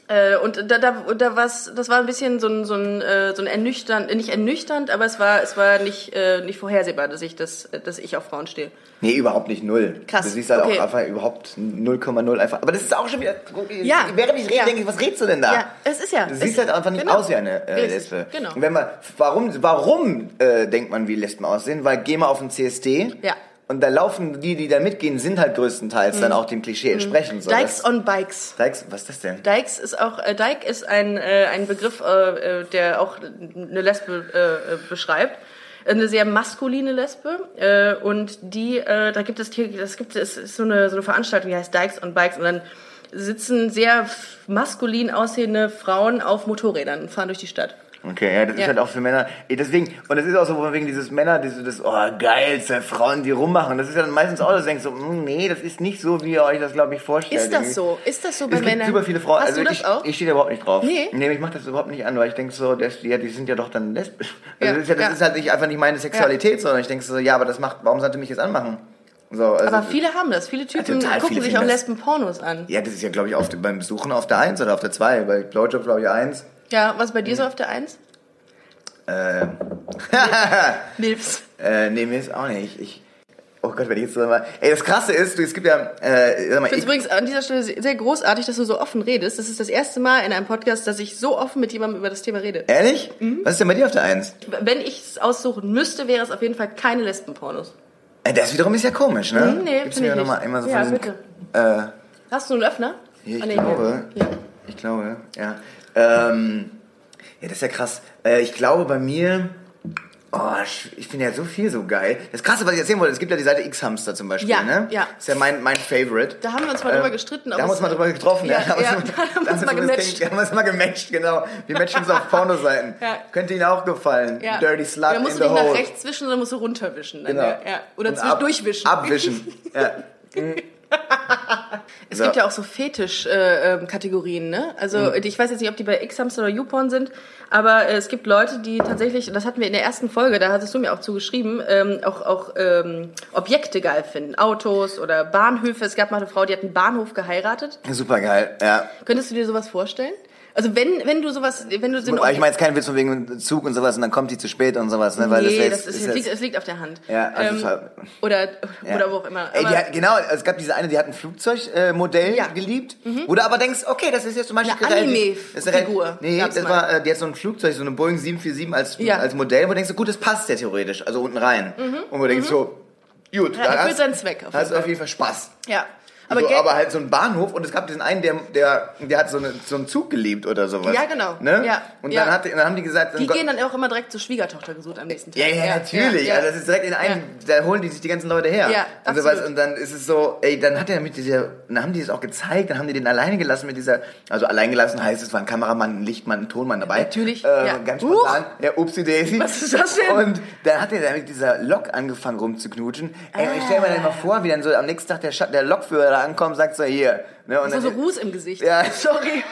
äh, und da, da, da war's, das war ein bisschen so ein, so ein, äh, so ein ernüchternd, äh, nicht ernüchternd, aber es war, es war nicht, äh, nicht vorhersehbar, dass ich, das, äh, dass ich auf Frauen stehe. Nee, überhaupt nicht null. Krass, Du siehst halt okay. auch einfach überhaupt 0,0 einfach. Aber das ist auch schon wieder. Ja, Während ich rede, ja. denke ich, was redest du denn da? Ja, es ist ja. Du es- siehst halt einfach nicht genau. aus wie eine äh, Richtig, Lesbe. Genau. Und wenn man, warum, warum äh, denkt man, wie Lesben aussehen? Weil geh mal auf den CSD Ja. Mhm. und da laufen die, die da mitgehen, sind halt größtenteils dann auch dem Klischee entsprechend. So, Dykes das, on Bikes. Dykes, was ist das denn? Dykes ist auch äh, Dyke ist ein äh, ein Begriff, äh, äh, der auch eine Lesbe äh, äh, beschreibt, eine sehr maskuline Lesbe äh, und die äh, da gibt es hier das gibt es ist so eine so eine Veranstaltung, die heißt Dykes on Bikes und dann sitzen sehr f- maskulin aussehende Frauen auf Motorrädern und fahren durch die Stadt. Okay, ja, das ist Ja. halt auch für Männer. eh, Deswegen, und das ist auch so, wo wegen dieses Männer, dieses, das, oh geil, zwei Frauen, die rummachen. Das ist ja dann meistens auch, dass du denkst so, mm, nee, das ist nicht so, wie ihr euch das, glaube ich, vorstellt. Ist das Irgendwie. so? Ist das so bei Es gibt Männern? super viele Frauen. Hast also du das ich, auch? ich stehe da überhaupt nicht drauf. Nee? Nee, ich mache das überhaupt nicht an, weil ich denke so, das, ja, die sind ja doch dann lesbisch. Ja, Also das, ist ja, das ja. ist halt nicht, einfach nicht meine Sexualität, sondern ich denke so, ja, aber das macht, warum sollte mich jetzt anmachen? So, also, aber viele haben das. Viele Typen total gucken viele sich finden auch das- Lesben-Pornos an. Ja, das ist ja, glaube ich, auf, dem- beim Suchen auf der 1 oder auf der 2. Bei Blowjob, glaube ich, 1. Ja, was bei dir so Hm. auf der Eins? Äh, Milfs. Ähm. äh, nee, mir ist auch nicht. Ich, Oh Gott, wenn ich jetzt so mal. Ey, das Krasse ist, du, es gibt ja. Äh, sag mal, Ich ich, finde übrigens an dieser Stelle sehr sehr großartig, dass du so offen redest. Das ist das erste Mal in einem Podcast, dass ich so offen mit jemandem über das Thema rede. ehrlich? Mhm. Was ist denn bei dir auf der Eins? Wenn ich es aussuchen müsste, wäre es auf jeden Fall keine Lesbenpornos. Äh, Das wiederum ist ja komisch, ne? Hm, nee, Gibst du finde mir ich nochmal nicht. einmal so Ja, von diesem- bitte. Äh, Hast du einen Öffner? Hier, ich Ah, nee, glaube. hier. Ja. Ich glaube, ja. Ähm, ja, das ist ja krass. Äh, ich glaube bei mir. Oh, sch- ich finde ja so viel so geil. Das krasse, was ich erzählen wollte, es gibt ja die Seite X-Hamster zum Beispiel, Ja, ne? ja. Ist ja mein, mein Favorite. Da haben wir uns mal Ähm, drüber gestritten. ob Da haben wir es- uns mal drüber getroffen, Ja, ja. ja, uns- da haben wir uns mal uns gematcht. kennengelernt, Da haben wir uns mal gematcht, genau. Wir matchen uns auf Pornoseiten. Ja. Könnte Ihnen auch gefallen. Ja. Dirty Slut Da musst in du the nicht hole. nach rechts wischen, sondern musst du runterwischen. Dann, Genau. ja. Oder Und zwischendurch durchwischen. Abwischen. ja. Es So. gibt ja auch so Fetisch-Kategorien, ne? Also Mhm. ich weiß jetzt nicht, ob die bei X-Hamster oder YouPorn sind, aber äh, es gibt Leute, die tatsächlich, und das hatten wir in der ersten Folge, da hattest du mir auch zugeschrieben, ähm, auch, auch ähm, Objekte geil finden. Autos oder Bahnhöfe. Es gab mal eine Frau, die hat einen Bahnhof geheiratet. Super geil, ja. Könntest du dir sowas vorstellen? Also wenn, wenn du sowas, wenn du so Aber ich meine, jetzt kein Witz von wegen Zug und sowas und dann kommt die zu spät und sowas, ne? Weil Nee, wär das, jetzt- ist, es, ist liegt, jetzt- es liegt auf der Hand. Ähm, Ja, also es war- oder, ja. oder wo auch immer. Ey, die Aber- hat, genau, es gab diese eine, die hat ein Flugzeugmodell äh, Modell Ja. Mhm. geliebt, wo du aber denkst, okay, das ist jetzt zum Beispiel Eine relativ- Anime-Figur das ist relativ- Nee, gab's das mal. war, äh, die hat so ein Flugzeug, so eine Boeing 747 als, Ja. Mhm. als Modell, wo du denkst, gut, das passt ja theoretisch, also unten rein. Und wo du denkst so, gut, Ja, da erfüllt hast, seinen Zweck auf hast jeden du auf jeden Fall Spaß. ja. Aber, so, Geld- aber halt so ein Bahnhof und es gab diesen einen, der, der, der hat so, eine, so einen Zug geliebt oder sowas. Ja, genau. Ne? Ja. Und Ja. Dann, hat, dann haben die gesagt, Die Gott- gehen dann auch immer direkt zur Schwiegertochter gesucht am nächsten Tag. Ja, ja, natürlich. Also das ist direkt in einem, da holen die sich die ganzen Leute her. Ja, und, sowas. absolut. und dann ist es so, ey, dann hat er mit dieser, dann haben die es auch gezeigt, dann haben die den alleine gelassen mit dieser, also allein gelassen heißt, es war ein Kameramann, ein Lichtmann, ein Tonmann dabei. Natürlich, Äh, ja. Ganz Huch. spontan. Ja, upsi daisy. Was ist das denn? Und dann hat er dann mit dieser Lok angefangen rumzuknutschen. Ey, ich Ah. stell mir dann mal vor, wie dann so am nächsten Tag der, Scha- der Lokführer da ankommt und sagt so, hier. Ne, und So, dann, so Ruß im Gesicht. Ja. Sorry,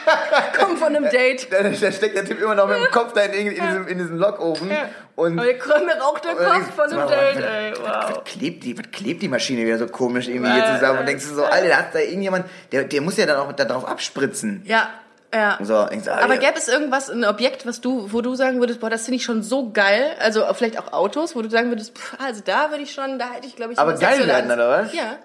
komm von einem Date. Da, da steckt der Typ immer noch mit dem Kopf da in, in, diesem, in diesem Lokofen. Ja. Und Aber der Krömer raucht der Und dann Kopf denkst du, von sag einem mal, Date, was- ey. Was, Wow. was, klebt die, was klebt die Maschine wieder so komisch irgendwie hier Äh, zusammen? äh, Und denkst du so, Alter, da hat da irgendjemand, der, der muss ja dann auch darauf abspritzen. Ja, ja. So, denkst du, ah, Aber ja. gäbe es irgendwas, ein Objekt, was du, wo du sagen würdest, boah, das finde ich schon so geil, also vielleicht auch Autos, wo du sagen würdest, pff, also da würde ich schon, da hätte ich, glaube ich, so Aber eine geil sexuelle werden, Ansicht. oder was? Ja.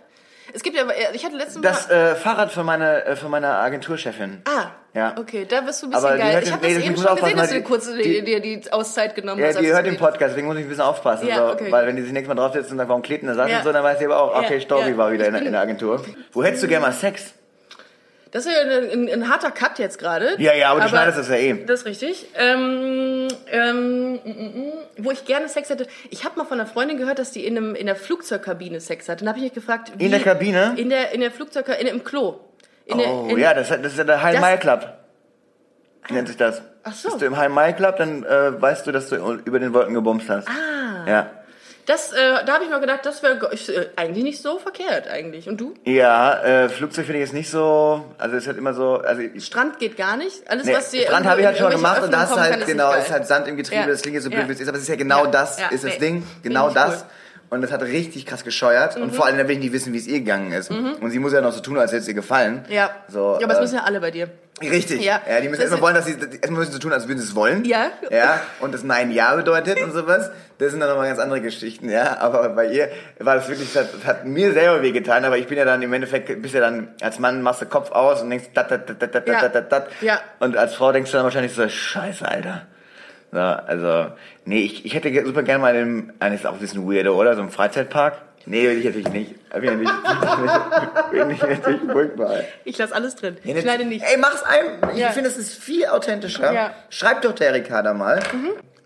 Es gibt ja, aber- ich hatte letztens Das mal... äh, Fahrrad von meiner, äh, von meiner Agenturchefin. Ah, Ja. okay, da bist du ein bisschen Aber die geil. hört Ich den- habe nee, das das eben muss schon man gesehen, dass du aufpassen, dir kurz weil die- dir die, die Auszeit genommen Ja, Also hast. als die du hört den geredet Podcast, deswegen muss ich ein bisschen aufpassen. Ja, so, okay. Weil wenn die sich nächstes Mal drauf sitzt und sagt, warum klebt denn das an Ja. und so, dann weiß sie aber auch, okay, Ja, Stormy ja. war wieder Ich in, der- bin- in der Agentur. Wo hättest du gerne mal Sex? Das ist ja ein, ein, ein harter Cut jetzt gerade. Ja, ja, aber du schneidest das ja eh. Das ist richtig. Ähm, ähm, mm, mm, mm. wo ich gerne Sex hätte. Ich habe mal von einer Freundin gehört, dass die in, einem, in der Flugzeugkabine Sex hatte. Dann habe ich mich gefragt, wie. In der Kabine? In der, in der Flugzeugkabine, in, im Klo. In der- Oh, in, ja, das, das ist ja der High Das- Ah. Mile Club. Nennt sich das. Ach so. Bist du im High Mile Club, dann äh, weißt du, dass du über den Wolken gebumst hast. Ah. Ja. Das, äh, da habe ich mal gedacht, das wäre ge- ich, äh, eigentlich nicht so verkehrt eigentlich. Und du? Ja, äh, Flugzeug finde ich jetzt nicht so, also es ist halt immer so, also ich, Strand geht gar nicht. Alles, nee, was dir. Strand habe ich halt schon gemacht und da ist halt, genau, geil. ist halt Sand im Getriebe, Ja. das klingt jetzt so blöd, Ja. wie es ist, aber es ist ja genau Ja. das, Ja. ist das Nee. Ding, genau Finde ich das. cool. Mhm. Und das hat richtig krass gescheuert und vor allem, da will ich nicht wissen, wie es ihr gegangen ist. Und sie muss ja noch so tun, als hätte es ihr gefallen. Ja. So, ja, aber es äh, müssen ja alle bei dir. Richtig. Ja. Ja. die müssen Das erstmal ist- wollen, dass sie erstmal müssen sie tun, als würden sie es wollen. Ja. Ja. Und das Nein Ja bedeutet und sowas. Das sind dann nochmal ganz andere Geschichten, ja. Aber bei ihr war das wirklich, das hat mir selber wehgetan, aber ich bin ja dann im Endeffekt, bist ja dann als Mann machst du Kopf aus und denkst dat, dat, dat, dat, dat, Ja. dat, dat, dat. Ja. Und als Frau denkst du dann wahrscheinlich so, scheiße, Alter. So, also, nee, ich, ich hätte ge- super gerne mal in einem, ah, das ist auch ein bisschen weirdo, oder? So einem Freizeitpark. Nee, will ich natürlich nicht. Will ich nicht. Will ich natürlich furchtbar. Ich lasse alles drin. Nee, Ich das- schneide nicht. Ey, mach's einem. Ich Ja. finde, es ist viel authentischer. Ja. Mhm. Schreibt doch der Ricarda mal,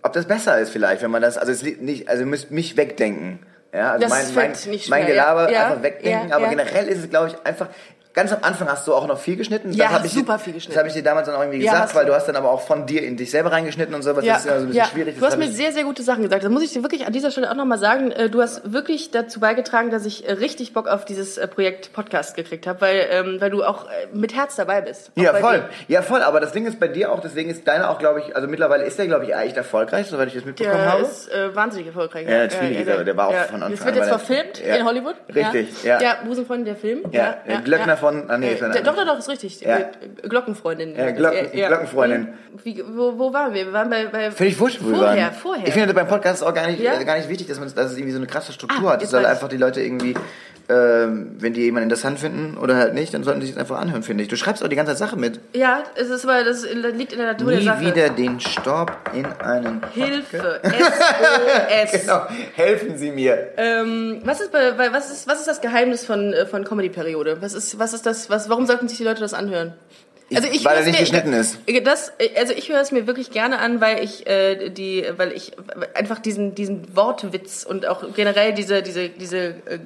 ob das besser ist vielleicht, wenn man das, also es liegt nicht, also ihr müsst mich wegdenken. Ja, also Das mein, mein, fällt nicht mein schwer, ja. Gelaber Ja, einfach wegdenken, ja, aber ja. generell ist es, glaube ich, einfach, ganz am Anfang hast du auch noch viel geschnitten. Ja, hab ich super dir, viel geschnitten. Das habe ich dir damals dann auch irgendwie Ja, hast gesagt, du. weil du hast dann aber auch von dir in dich selber reingeschnitten und so, was ist ja so ein bisschen schwierig. Du das hast hab mir ich- sehr, sehr gute Sachen gesagt. Das muss ich dir wirklich an dieser Stelle auch nochmal sagen. Äh, Du hast wirklich dazu beigetragen, dass ich äh, richtig Bock auf dieses äh, Projekt Podcast gekriegt habe, weil, ähm, weil du auch äh, mit Herz dabei bist. Auch Ja, bei voll. dir. Ja, voll. Aber das Ding ist bei dir auch, deswegen ist deiner auch, glaube ich, also mittlerweile ist der, glaube ich, echt erfolgreich, soweit ich das mitbekommen Der habe. ist äh, wahnsinnig erfolgreich. Ja, natürlich ist er, ja. der war auch ja. von Anfang Das wird an jetzt bei der- verfilmt Ja. in Hollywood. Richtig, ja. Ja, Busenfreunde, der Film. Ja, ja, Glöckner von. Ah, nee, Äh, ist eine doch, andere. doch, doch, ist richtig. Ja. Äh, Glockenfreundin. Ja, Glocken, Äh, ja. Glockenfreundin. Wie, wo, wo waren wir? Wir waren bei. bei Finde ich wurscht, wo wir Vorher, waren. vorher. Ich finde beim Podcast auch gar nicht, Ja? äh, gar nicht wichtig, dass, man, dass es irgendwie so eine krasse Struktur Ah, hat. Es jetzt soll weiß einfach die Leute irgendwie, ähm, wenn die jemanden interessant finden oder halt nicht, dann sollten sie es einfach anhören, finde ich. Du schreibst auch die ganze Zeit Sache mit. Ja, es ist, aber das liegt in der Natur der Nie Sache. wieder den Staub in einen. Hilfe. SOS. Genau, helfen Sie mir. Ähm, was ist bei, bei was ist was ist das Geheimnis von äh, von Comedy Periode? Was ist was ist das was warum sollten sich die Leute das anhören? Also weil höre er es nicht geschnitten ist. Das, äh, also ich höre es mir wirklich gerne an, weil ich äh, die, weil ich einfach diesen diesen Wortwitz und auch generell diese diese diese äh,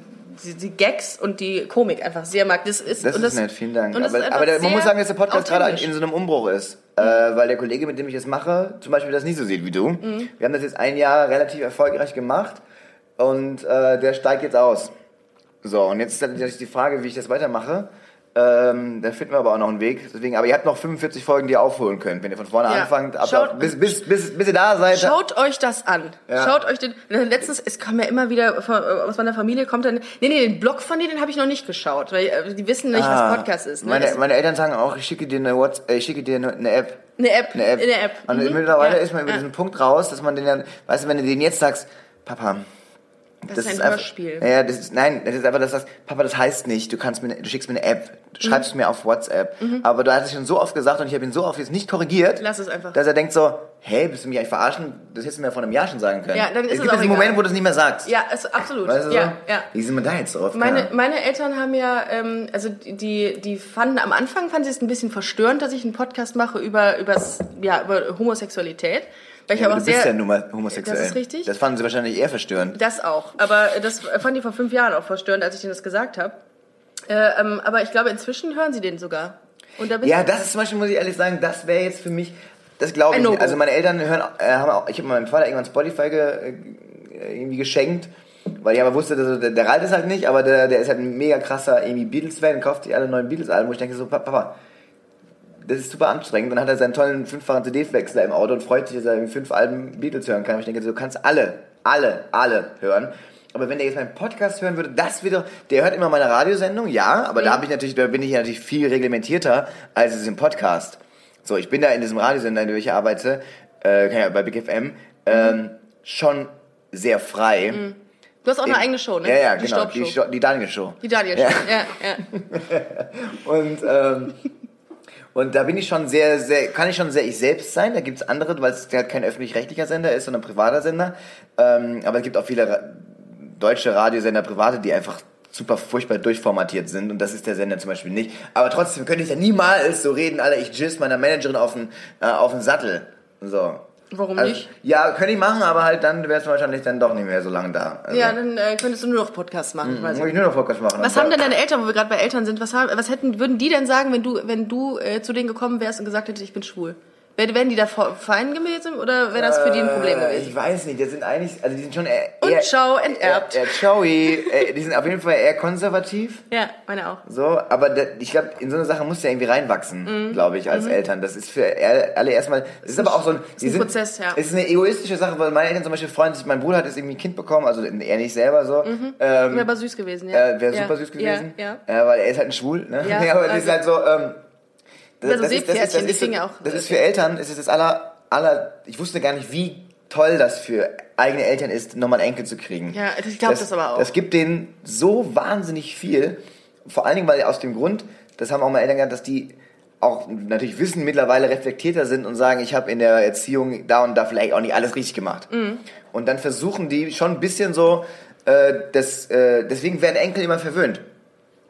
die, die Gags und die Komik einfach sehr mag. Das ist Das und ist nett, vielen Dank. und das ist Aber, einfach aber der, man sehr muss sagen, dass der Podcast gerade halt authentisch. Mhm. in so einem Umbruch ist. Äh, weil der Kollege, mit dem ich das mache, zum Beispiel das nicht so sieht wie du. Wir haben das jetzt ein Jahr relativ erfolgreich gemacht und äh, der steigt jetzt aus. So, und jetzt ist natürlich die Frage, wie ich das weitermache. Ähm, da finden wir aber auch noch einen Weg. Deswegen, aber ihr habt noch 45 Folgen, die ihr aufholen könnt, wenn ihr von vorne Ja. anfangt. Aber Schaut- bis, bis, bis, bis ihr da seid. Schaut euch das an. Ja. Schaut euch den. Letztens, es kommen ja immer wieder von, aus meiner Familie kommt dann. Nee, nee, den Blog von dir, den habe ich noch nicht geschaut, weil äh, die wissen nicht, Ah, was Podcast ist. Ne? Meine, Es- meine Eltern sagen auch, ich schicke dir eine, Whats äh, ich schicke dir eine- eine App. Eine App. Eine App. Eine App. Und Mhm. mittlerweile Ja. ist man über Ja. diesen Punkt raus, dass man den dann, weißt du, wenn du den jetzt sagst, Papa, das, ist ein Hörspiel. Einfach, ja, das ist, nein, das ist einfach, dass du sagst, Papa, das heißt nicht, du kannst mir, du schickst mir eine App, du Mhm. schreibst mir auf WhatsApp. Aber du hast es schon so oft gesagt und ich habe ihn so oft jetzt nicht korrigiert, Lass es einfach. dass er denkt so, hey, bist du mich eigentlich verarschen? Das hättest du mir vor einem Jahr schon sagen können. Ja, dann ist es es gibt auch diesen egal. Moment, wo du es nicht mehr sagst. Ja, ist absolut. Weißt du ja, so? ja. Wie sind wir da jetzt drauf? Meine, Keine Ahnung. meine Eltern haben ja, ähm, also die- die, die fanden am Anfang fanden sie es ein bisschen verstörend, dass ich einen Podcast mache über übers, ja, über Homosexualität, weil ich ja, aber aber auch du bist sehr ja nun mal homosexuell. Das ist richtig. Das fanden sie wahrscheinlich eher verstörend. Das auch. Aber äh, das fand ich vor fünf Jahren auch verstörend, als ich denen das gesagt habe. Äh, ähm, aber ich glaube, inzwischen hören sie den sogar. Und da bin Ja, ich, das ist zum Beispiel, muss ich ehrlich sagen, das wäre jetzt für mich, das glaube ich Ein nicht. No-Go. Also meine Eltern hören, äh, haben auch, ich habe meinem Vater irgendwann Spotify ge, äh, irgendwie geschenkt, weil ich aber wusste, dass, der, der reiht es halt nicht, aber der, der ist halt ein mega krasser irgendwie Beatles-Fan und kauft sich alle neuen Beatles-Alben, wo ich denke so, Pa- Papa, das ist super anstrengend. Dann hat er seinen tollen fünffachen CD-Wechsler im Auto und freut sich, dass er irgendwie fünf Alben Beatles hören kann. Und ich denke so, du kannst alle, alle, alle hören. Aber wenn der jetzt meinen Podcast hören würde, das wieder, der hört immer meine Radiosendung, ja, aber da, hab ich natürlich, da bin ich ja natürlich viel reglementierter, als es im Podcast. So, ich bin da in diesem Radiosender, in dem ich arbeite, äh, keine Ahnung, bei Big FM, ähm, Mhm. schon sehr frei. du hast auch eine Eben- eigene Show, ne? Ja, ja, die genau. Die, Staubshow. Sto- die Daniel-Show. die Daniel Show. Ja, ja. Und, ähm, und da bin ich schon sehr, sehr, kann ich schon sehr ich selbst sein. Da gibt's andere, weil es ja kein öffentlich-rechtlicher Sender ist, sondern ein privater Sender. Ähm, aber es gibt auch viele Ra- deutsche Radiosender, private, die einfach super furchtbar durchformatiert sind und das ist der Sender zum Beispiel nicht. Aber trotzdem könnte ich ja niemals so reden, Alter, ich jizz meiner Managerin auf den, äh, auf den Sattel. So. Also, Warum nicht? Ja, könnte ich machen, aber halt dann wärst du wahrscheinlich dann doch nicht mehr so lange da. Also, ja, dann äh, könntest du nur noch Podcasts machen. weiß dann ich. Mhm. muss ich nur noch Podcast machen. Was Und haben da- denn deine Eltern, wo wir gerade bei Eltern sind, was, haben, was hätten, würden die denn sagen, wenn du, wenn du äh, zu denen gekommen wärst und gesagt hättest, ich bin schwul? Wär- Wären die da vor- fein gewesen oder wäre das für die ein Problem Äh, gewesen? Ich weiß nicht, das sind eigentlich, also die sind schon eher, Und eher, ciao, enterbt. eher, eher chowy, äh, die sind auf jeden Fall eher konservativ, Ja, meine auch. so, aber da, ich glaube, in so eine Sache musst du ja irgendwie Mhm. reinwachsen, glaube ich, als Eltern. Das ist für er- alle erstmal, es ist aber auch so ein, die ein Prozess, ja. Es ist eine egoistische Sache, weil meine Eltern zum Beispiel freuen sich, mein Bruder hat jetzt irgendwie ein Kind bekommen, also er nicht selber so, ähm, Wäre aber süß gewesen, Mhm. ja. äh, wäre ja. super süß gewesen, Ja, ja. Äh, weil er ist halt ein Schwul, ne? Ja, aber das ist also- halt so, ähm, das, Also Seepferdchen, die Finger auch- das ist für Eltern, es ist das aller, aller, ich wusste gar nicht, wie toll das für eigene Eltern ist, nochmal einen Enkel zu kriegen. Ja, ich glaub das aber auch. Das gibt denen so wahnsinnig viel, vor allen Dingen weil aus dem Grund, das haben auch meine Eltern gesagt, dass die auch natürlich wissen, mittlerweile reflektierter sind und sagen, ich habe in der Erziehung da und da vielleicht auch nicht alles richtig gemacht. Mhm. Und dann versuchen die schon ein bisschen so, äh, das, äh, deswegen werden Enkel immer verwöhnt.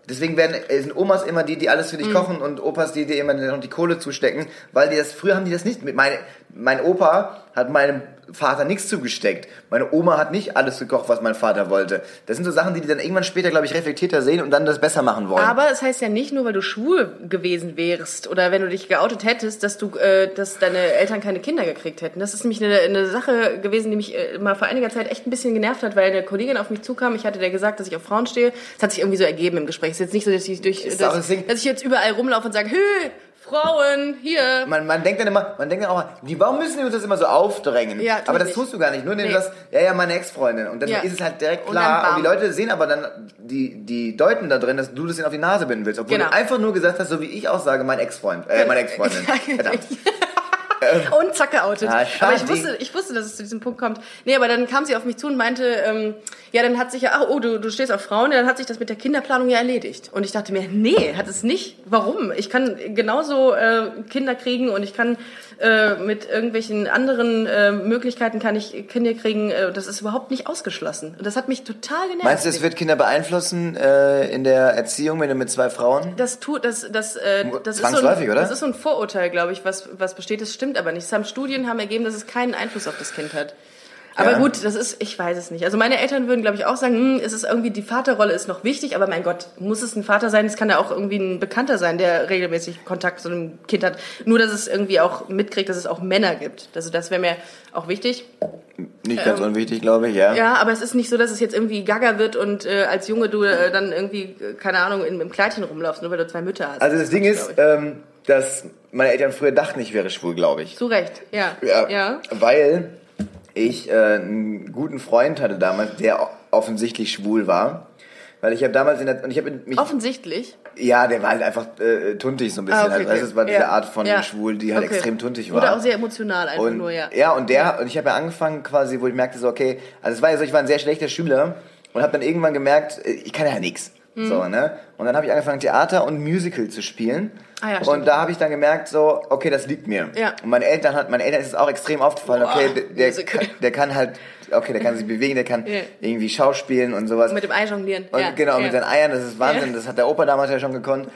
Deswegen werden, äh, sind Omas immer die, die alles für dich kochen und Opas, die dir immer noch die Kohle zustecken, weil die das, früher haben die das nicht. Mit meine, mein Opa hat meinem Vater nichts zugesteckt. Meine Oma hat nicht alles gekocht, was mein Vater wollte. Das sind so Sachen, die die dann irgendwann später, glaube ich, reflektierter sehen und dann das besser machen wollen. Aber es heißt ja nicht nur, weil du schwul gewesen wärst oder wenn du dich geoutet hättest, dass du, äh, dass deine Eltern keine Kinder gekriegt hätten. Das ist nämlich eine, eine Sache gewesen, die mich äh, mal vor einiger Zeit echt ein bisschen genervt hat, weil eine Kollegin auf mich zukam. Ich hatte der gesagt, dass ich auf Frauen stehe. Es hat sich irgendwie so ergeben im Gespräch. Es ist jetzt nicht so, dass ich durch, Ist auch dass, das Ding. dass ich jetzt überall rumlaufe und sage, hey, Frauen, hier. Man, man denkt dann immer, man denkt dann auch, die, warum müssen die uns das immer so aufdrängen? Ja, tun aber das nicht. tust du gar nicht. Nur indem Nee. du sagst, ja, ja, meine Ex-Freundin. Und dann Ja. ist es halt direkt Und dann klar. Und, bam. die Leute sehen aber dann, die, die deuten da drin, dass du das denen auf die Nase binden willst. Obwohl Genau. du einfach nur gesagt hast, so wie ich auch sage, mein Ex-Freund, äh, meine Ex-Freundin. Verdammt. und zack geoutet. Ah, aber schade. ich wusste, ich wusste, dass es zu diesem Punkt kommt. Nee, aber dann kam sie auf mich zu und meinte, ähm, ja, dann hat sich ja, ach, oh, du, du stehst auf Frauen, ja, dann hat sich das mit der Kinderplanung ja erledigt. Und ich dachte mir, nee, hat es nicht. Warum? Ich kann genauso äh, Kinder kriegen und ich kann äh, mit irgendwelchen anderen äh, Möglichkeiten kann ich Kinder kriegen. Äh, das ist überhaupt nicht ausgeschlossen. Und das hat mich total genervt. Meinst du, es wird Kinder beeinflussen äh, in der Erziehung, wenn du mit zwei Frauen? Das tut, das, das, äh, das ist so ein, Zwangsläufig, oder? Das ist so ein Vorurteil, glaube ich, was, was besteht. Das stimmt aber nicht. Es haben Studien haben ergeben, dass es keinen Einfluss auf das Kind hat. Aber Ja. gut, das ist, ich weiß es nicht. Also meine Eltern würden, glaube ich, auch sagen, hm, es ist irgendwie die Vaterrolle ist noch wichtig, aber mein Gott, muss es ein Vater sein? Es kann ja auch irgendwie ein Bekannter sein, der regelmäßig Kontakt zu einem Kind hat. Nur, dass es irgendwie auch mitkriegt, dass es auch Männer gibt. Also das wäre mir auch wichtig. Nicht ganz unwichtig, glaube ich, ja. Ähm. Ja, aber es ist nicht so, dass es jetzt irgendwie gaga wird und äh, als Junge du äh, dann irgendwie, äh, keine Ahnung, in, im Kleidchen rumlaufst, nur weil du zwei Mütter hast. Also das Ding glaub ist, ich. ähm, dass meine Eltern früher dachten, ich wäre schwul, glaube ich. Zu Recht, ja. Ja, ja. Weil ich äh, einen guten Freund hatte damals, der o- offensichtlich schwul war. Weil ich habe damals in der und ich habe mich Offensichtlich. ja, der war halt einfach äh, tuntig so ein bisschen. Ah, okay, also, weißt du, okay. es war diese Ja. Art von Ja. schwul, die halt Okay. extrem tuntig war. Oder auch sehr emotional einfach und, nur, ja. und der und ich habe ja angefangen quasi, wo ich merkte so okay, also es war ja so, ich war ein sehr schlechter Schüler und habe dann irgendwann gemerkt, äh, ich kann ja nichts. Mhm. So, ne? Und dann habe ich angefangen Theater und Musical zu spielen. Ah ja, stimmt. und da habe ich dann gemerkt so, okay, das liegt mir. Ja. Und meine Eltern hat meine Eltern ist es auch extrem aufgefallen, Boah, okay, der, der, Musical. kann, der kann halt okay, der kann sich bewegen, der kann Ja. irgendwie schauspielen und sowas. Mit dem Ei jonglieren. Und ja. genau, ja. mit seinen Eiern, das ist Wahnsinn, das hat der Opa damals ja schon gekonnt.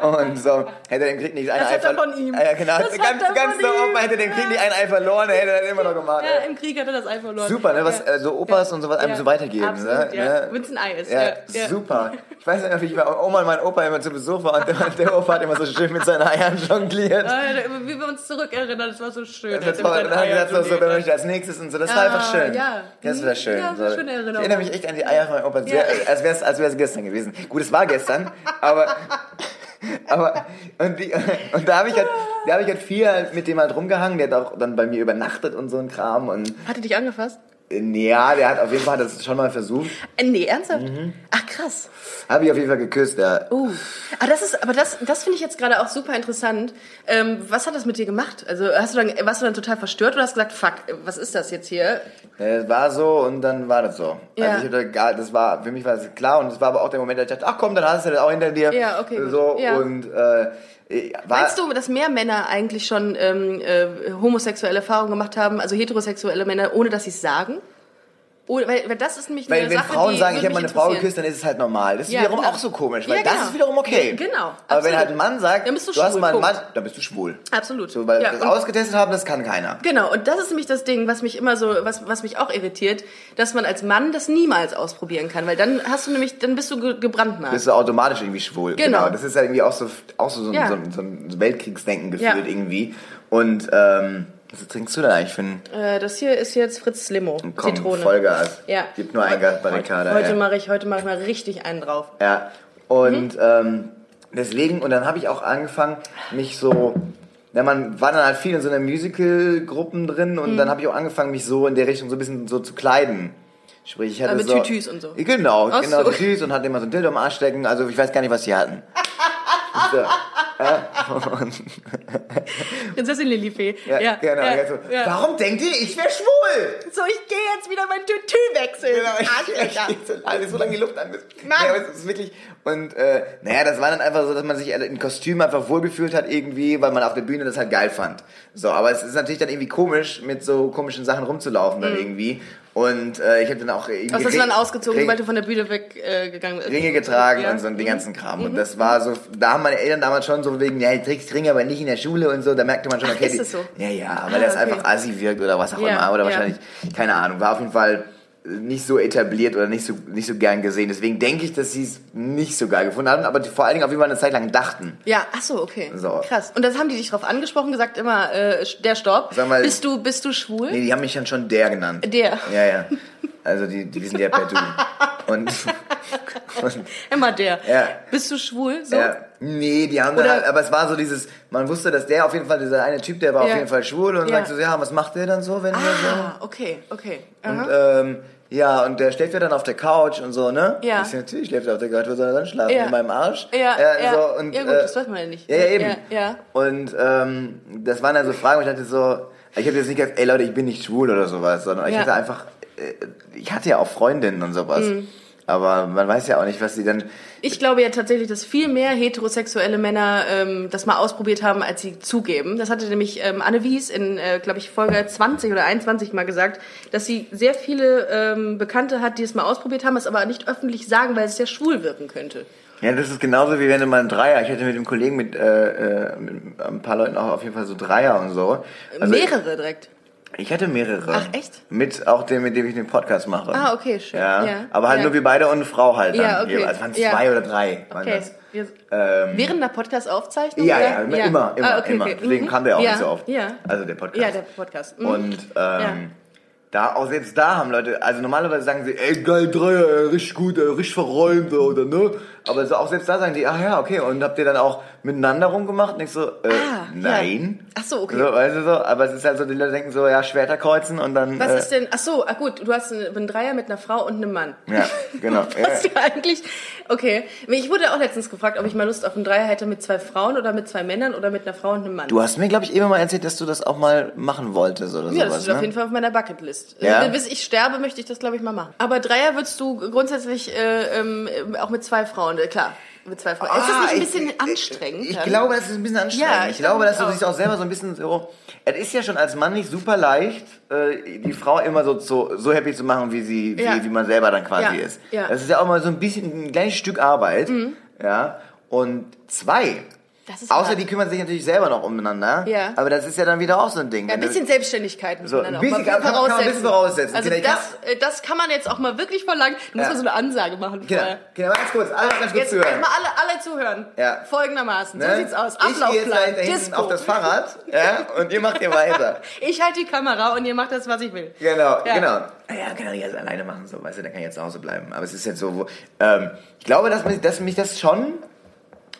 Und so, hätte er den Krieg nicht ein Das Ei hat er verloren. von ihm. Ja, genau. Das hat ganz er ganz von der ihm. Opa hätte den Krieg nicht ein Ei verloren, er hätte das immer noch gemacht. Ja, im Krieg hat er das Ei verloren. Super, ne? Was ja. äh, so Opas Ja. und sowas einem Ja. so weitergeben. Absolut, ne? ja. Ne? Wenn's ein Ei ist, Ja, ja. Ja. super. Ich weiß nicht, wie ich bei Oma und meinem Opa immer zu Besuch war und der, der Opa hat immer so schön mit seinen Eiern jongliert. Ah, ja, wie wir uns zurückerinnern, das war so schön. Das als er war, mit dann seinen haben wir Eiern gesagt, so, so, wenn jongliert ich als nächstes und so. Das war einfach schön. ja. Mhm. Das war schön. Ja, so. schöne Erinnerung. Ich erinnere mich echt an die Eier von meinem Opa. Sehr, als wäre es als wär's gestern gewesen. Gut, es war gestern, aber. Aber, und, die, und da habe ich, halt, da hab ich halt viel halt mit dem halt rumgehangen. Der hat auch dann bei mir übernachtet und so ein Kram. Und hat. Hat er dich angefasst? äh, ja, der hat auf jeden Fall hat das schon mal versucht. Äh, Nee, ernsthaft? Mhm. Ach, krass. Habe ich auf jeden Fall geküsst, ja. Oh. Ah, das ist, aber das, das finde ich jetzt gerade auch super interessant. Ähm, was hat das mit dir gemacht? Also hast du dann, warst du dann total verstört oder hast gesagt, fuck, was ist das jetzt hier? Es war so und dann war das so. Ja. Also ich hatte gar, das war, für mich war es klar und es war aber auch der Moment, da ich dachte, ach komm, dann hast du das auch hinter dir. Ja, okay, gut. So Ja. und äh, ich war, Meinst du, dass mehr Männer eigentlich schon ähm, äh, homosexuelle Erfahrungen gemacht haben, also heterosexuelle Männer, ohne dass sie es sagen? Oder, weil, weil das ist nämlich weil eine wenn Sache, Frauen die sagen, würde ich mich habe meine Frau interessieren. geküsst, dann ist es halt normal. Das ist Ja, wiederum genau. auch so komisch, weil Ja, das genau. ist wiederum okay. Ja, genau. Aber wenn Absolut. halt ein Mann sagt, Dann bist du du hast schwul, mal einen Punkt. Mann, dann bist du schwul. Absolut. So, weil Ja, das und- ausgetestet haben, das kann keiner. Genau, und das ist nämlich das Ding, was mich immer so, was, was mich auch irritiert, dass man als Mann das niemals ausprobieren kann, weil dann hast du nämlich, dann bist du ge gebrandmarkt. Bist du automatisch irgendwie schwul. Genau. Das ist ja irgendwie auch so, auch so, so, ein- Ja. so, ein- so ein Weltkriegsdenken Ja. gefühlt irgendwie. Und ähm, was trinkst du da eigentlich für einen Äh, das hier ist jetzt Fritz Limo, Komm, Zitrone. Vollgas. Ja. Gib nur ein Gas Barrikade. Heute ey. mache ich, heute mache ich mal Mhm. richtig einen drauf. Ja. Und ähm, deswegen, und dann habe ich auch angefangen, mich so. Na, man war dann halt viel in so einer Musical-Gruppen drin Mhm. und dann habe ich auch angefangen, mich so in der Richtung so ein bisschen so zu kleiden. Sprich, ich hatte Aber mit so, Tütüs und so. Genau, Ach genau, so. Tütüs und hatte immer so ein Dildo im Arsch stecken. Also ich weiß gar nicht, was die hatten. so, Prinzessin Lilifee. ja, genau. Ja, so, ja. Warum denkt ihr, ich wäre schwul? So, ich gehe jetzt wieder mein Tütü wechseln. Genau, ich- Arschlöcher. ich- so lange- so lange die Luft an. Mann. Ja, aber es ist wirklich. Und äh, naja, das war dann einfach so, dass man sich in Kostüm einfach wohlgefühlt hat irgendwie, weil man auf der Bühne das halt geil fand. So, aber es ist natürlich dann irgendwie komisch, mit so komischen Sachen rumzulaufen Mhm. dann irgendwie. Und äh, ich habe dann auch irgendwie. Was hast du Ring- dann ausgezogen, Ring- weil du von der Bühne weggegangen äh, bist? Ringe getragen Ja. Mhm. und so und den ganzen Kram. Und das war so, da haben meine Eltern damals schon so wegen, ja, du trägst Ringe, aber nicht in der Schule und so. Da merkte man schon, Ach, okay, ist die- das so? Ah, ja, ja, weil das okay. einfach assi wirkt oder was auch Ja, immer. Oder ja. wahrscheinlich, keine Ahnung, war auf jeden Fall nicht so etabliert oder nicht so, nicht so gern gesehen. Deswegen denke ich, dass sie es nicht so geil gefunden haben, aber die vor allen Dingen auf jeden Fall eine Zeit lang dachten. Ja, ach so, okay. So. Krass. Und das haben die dich drauf angesprochen, gesagt immer, äh, der Storb. Sag mal- bist du, bist du schwul? Nee, die haben mich dann schon der genannt. Der. Ja, ja. Also die, die wissen ja per Du. Und Und, Immer der. Ja. Bist du schwul? So? ja, nee, die haben dann Oder- halt, aber es war so dieses, man wusste, dass der auf jeden Fall, dieser eine Typ, der war Ja. auf jeden Fall schwul und Ja. sagt so, ja, was macht der dann so, wenn wir so? Ah, okay, okay. Und, Ah, Aha. ähm, ja, und der schläft ja dann auf der Couch und so, ne? Ja. Ich so, natürlich schläft er auf der Couch, wo soll er dann schlafen? Ja. In meinem Arsch? ja, Äh, ja. So, und, ja gut, äh, das weiß man ja nicht. Ja, ja, eben. Ja, ja. Und ähm, das waren also Fragen, wo ich dachte so, ich habe jetzt nicht gesagt, ey Leute, ich bin nicht schwul oder sowas, sondern ich Ja. hatte einfach, äh, ich hatte ja auch Freundinnen und sowas. Mhm. Aber man weiß ja auch nicht, was sie dann, Ich glaube ja tatsächlich, dass viel mehr heterosexuelle Männer ähm, das mal ausprobiert haben, als sie zugeben. Das hatte nämlich ähm, Anne Wies in, äh, glaube ich, Folge 20 oder 21 mal gesagt, dass sie sehr viele ähm, Bekannte hat, die es mal ausprobiert haben, es aber nicht öffentlich sagen, weil es ja schwul wirken könnte. Ja, das ist genauso wie wenn du mal einen Dreier. Ich hatte mit dem Kollegen mit, äh, äh, mit ein paar Leuten auch auf jeden Fall so Dreier und so. Also Mehrere direkt. Ich, ich hatte mehrere. Ach, echt? Mit auch dem, mit dem ich den Podcast mache. Ah, okay, schön. Ja. Ja. Aber halt Ja. nur wir beide und eine Frau halt dann. Ja, okay. jeweils. Also waren Ja. zwei oder drei. Waren Okay. das. Wir- Ähm, Während der Podcast-Aufzeichnung? ja, oder? ja, immer, immer, immer. Ah, okay, immer. okay. Deswegen Mhm. kam der auch ja. nicht so oft. Ja, Also der Podcast. ja der Podcast. Mhm. Und ähm, da, auch selbst da haben Leute, also normalerweise sagen sie, ey, geil, Dreier, ey, richtig gut, ey, richtig verräumt, ey, oder ne? Aber so, auch selbst da sagen die, ach ja, okay, und habt ihr dann auch miteinander rumgemacht? Und ich so, äh, Ah, nein. ja. Also, Ach so, okay. So, weißt du so, aber es ist halt so, die Leute denken so, ja, Schwerter kreuzen und dann. Was äh, ist denn, ach so, ah gut, du hast einen, einen Dreier mit einer Frau und einem Mann. Ja, genau. Was ja eigentlich, okay. Ich wurde auch letztens gefragt, ob ich mal Lust auf einen Dreier hätte mit zwei Frauen oder mit zwei Männern oder mit einer Frau und einem Mann. Du hast mir, glaube ich, eben mal erzählt, dass du das auch mal machen wolltest oder ja, das sowas. steht ne? auf jeden Fall auf meiner Bucketlist. Ja. Also, bis ich sterbe, möchte ich das, glaube ich, mal machen. Aber Dreier würdest du grundsätzlich äh, ähm, auch mit zwei Frauen, äh, klar, mit zwei Frauen. ist das nicht ein bisschen Ah, ich, anstrengend? Ich, ich dann? glaube, das ist ein bisschen anstrengend. Ja, ich, ich glaube, glaube dass du auch. dich auch selber so ein bisschen so. Es ist ja schon als Mann nicht super leicht, äh, die Frau immer so, so, so happy zu machen, wie sie, Ja. wie, wie man selber dann quasi Ja, ist. ja. Mhm. Das ist ja auch mal so ein bisschen ein kleines Stück Arbeit. Ja. Und zwei. Das ist Außer hart. die kümmern sich natürlich selber noch umeinander. Ja. Aber das ist ja dann wieder auch so ein Ding. Ja, ein Wenn du- bisschen Selbstständigkeit muss So, man dann ein auch mal bisschen kann- kann man- kann man ein bisschen voraussetzen. Also Vielleicht das, äh, das kann man jetzt auch mal wirklich verlangen. Du musst Ja. mal so eine Ansage machen genau, vorher. genau, ganz kurz, alles ganz kurz Jetzt zuhören. mal alle, alle zuhören. Ja. Folgendermaßen. Ne? So sieht's aus. Ich gehe jetzt da Ablaufplan. hinten Disco. auf das Fahrrad ja, und ihr macht ihr weiter. ich halte die Kamera und ihr macht das, was ich will. Genau, Ja. genau. Ja, kann er jetzt alleine machen, so, weißt du, dann kann ich jetzt zu Hause bleiben. Aber es ist jetzt so, wo, ähm, ich glaube, dass, mich- dass mich das schon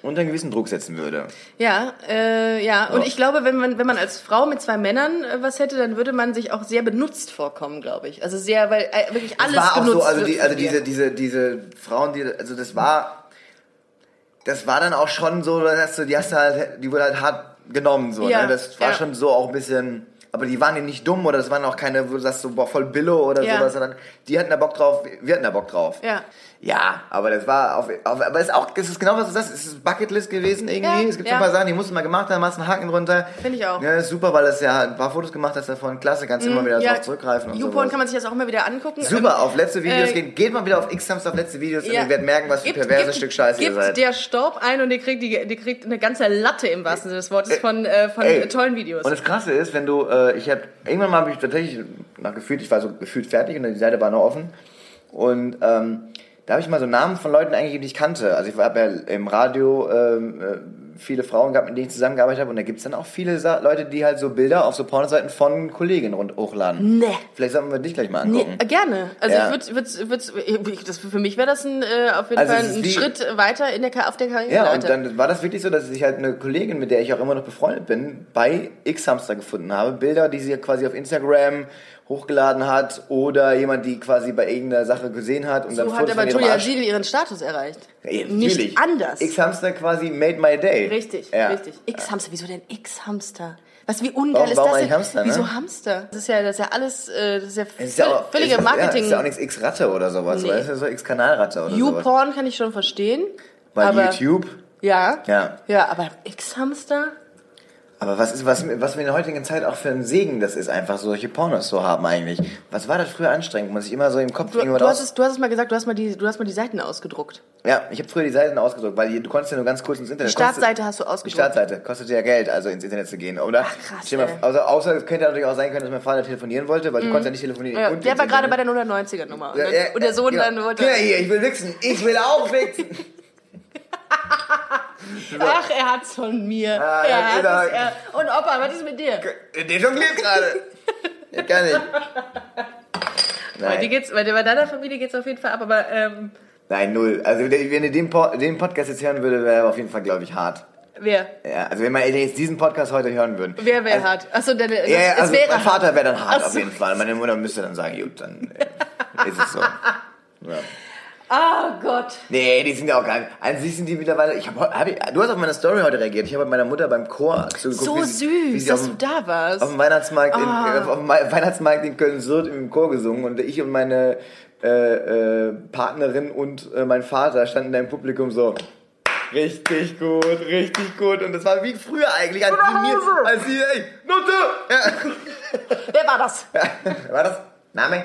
unter einen gewissen Druck setzen würde. Ja, äh, ja. Und Ja. ich glaube, wenn man, wenn man als Frau mit zwei Männern äh, was hätte, dann würde man sich auch sehr benutzt vorkommen, glaube ich. Also sehr, weil äh, wirklich alles war auch benutzt so, also, wird die, von also dir. diese, diese, diese Frauen, die, also das war, das war dann auch schon so, dass du, die hast du halt, die wurde halt hart genommen, so, Ja, ne? das war ja. schon so auch ein bisschen, aber die waren ja nicht dumm oder das waren auch keine, wo du sagst so, boah, voll Billo oder Ja. sowas, sondern die hatten da Bock drauf, wir hatten da Bock drauf. Ja. Ja, aber das war auf, auf aber es ist auch, es ist genau was du sagst, es ist Bucketlist gewesen irgendwie. Ja, es gibt ja. so ein paar Sachen, die musst du mal gemacht haben, machst einen Haken runter. Finde ich auch. Mhm. Ja, ist super, weil das ja ein paar Fotos gemacht hast davon, klasse, kannst immer wieder ja. drauf zurückgreifen und YouPorn sowas. kann man sich das auch immer wieder angucken. Super, auf letzte Videos äh, gehen. Geht mal wieder auf X-Hamster auf letzte Videos Ja. und ihr werdet merken, was für Gibt- perverse gibt- Stück Scheiße ihr gibt seid. der Staub ein und ihr kriegt, die, die kriegt eine ganze Latte im wahrsten Sinne des Wortes von, äh, von Ey. tollen Videos. Und das Krasse ist, wenn du, äh, ich hab, irgendwann mal habe ich tatsächlich nach gefühlt, ich war so gefühlt fertig und die Seite war noch offen. Und ähm, da habe ich mal so Namen von Leuten eingegeben, die ich kannte. Also ich habe ja im Radio ähm, äh, viele Frauen gehabt, mit denen ich zusammengearbeitet habe. Und da gibt es dann auch viele Sa Leute, die halt so Bilder auf so Pornoseiten von Kollegen rund hochladen. Nee. Vielleicht sollten wir dich gleich mal Nee, angucken. äh, gerne. Also Ja. ich würd, würd, würd, das, für mich wäre das ein, äh, auf jeden Also Fall es ist ein wie- Schritt weiter in der, Ka- auf der Ja, Karriereleiter. und dann war das wirklich so, dass ich halt eine Kollegin, mit der ich auch immer noch befreundet bin, bei X-Hamster gefunden habe. Bilder, die sie quasi auf Instagram hochgeladen hat oder jemand, die quasi bei irgendeiner Sache gesehen hat und dann so hat Fotos aber von ihrem Julia Arsch- Siegel ihren Status erreicht. Ja, Nicht natürlich. anders. X-Hamster quasi made my day. richtig, richtig. X-Hamster, wieso denn X-Hamster? Was, wie ungeil Warum- ist warum das denn? eigentlich Hamster, ne? Wieso Hamster? Das ist ja, das ist ja alles, äh, das ist ja, Es Ist ja auch, völliger es ist, Marketing. Ja, ist ja auch nichts X-Ratte oder sowas, Nee. oder? Es ist ja so X-Kanalratte oder sowas. YouPorn kann ich schon verstehen. Bei aber, YouTube. Ja. Ja. Ja, aber X-Hamster? Aber was ist, was, was wir in der heutigen Zeit auch für ein Segen das ist, einfach solche Pornos so haben eigentlich. Was war das früher anstrengend? Muss ich immer so im Kopf Du, irgendwas du, hast es, du hast es mal gesagt, du hast mal die, du hast mal die Seiten ausgedruckt. Ja, ich habe früher die Seiten ausgedruckt, weil du konntest ja nur ganz kurz ins Internet. Die Startseite Kostet- hast du ausgedruckt. Die Startseite kostet ja Geld, also ins Internet zu gehen, oder? Ach, krass, Stell mal, ey. Mhm. also außer es könnte natürlich auch sein können, dass mein Vater telefonieren wollte, weil du konntest ja nicht telefonieren. Ja, und der ins war gerade bei Internet. der 190er Nummer. Und, Ja, dann, ja, und der Sohn ja, dann wollte. Ja, hier, ich will wichsen. Ich will auch wichsen. Ach, er hat's von mir. Ah, er ja, hat genau. es, er. Und Opa, was ist mit dir? Der jongliert gerade. Ja, gar nicht. Bei, dir Nein. geht's, bei, dir- bei deiner Familie geht's auf jeden Fall ab, aber ähm, Nein, null. Also wenn ihr den, Po- den Podcast jetzt hören würde, wäre er auf jeden Fall, glaube ich, hart. Wer? Ja, also wenn man jetzt diesen Podcast heute hören würden. Wer wäre also, hart? Achso, der, der, Ja, ja, das- es also wäre hart. mein Vater wäre dann hart Ach auf so. jeden Fall. Meine Mutter müsste dann sagen, gut, dann äh, ist es so. Ja. Oh Gott. Nee, die sind ja auch gar nicht. An sich sind die mittlerweile. Ich hab, heu- hab ich, du hast auf meine Story heute reagiert. Ich habe meiner Mutter beim Chor zugeguckt. So wie süß, sie- wie sie dass auf du Ah. dem- da warst. auf dem Weihnachtsmarkt, in, äh, auf dem Wei- Weihnachtsmarkt in Köln-Sürth im Chor gesungen und ich und meine äh, äh, Partnerin und äh, mein Vater standen da im Publikum so. Richtig gut, richtig gut. Und das war wie früher eigentlich, als sie mir, als sie, ey, Nutte! Wer war das? Ja. War das Name?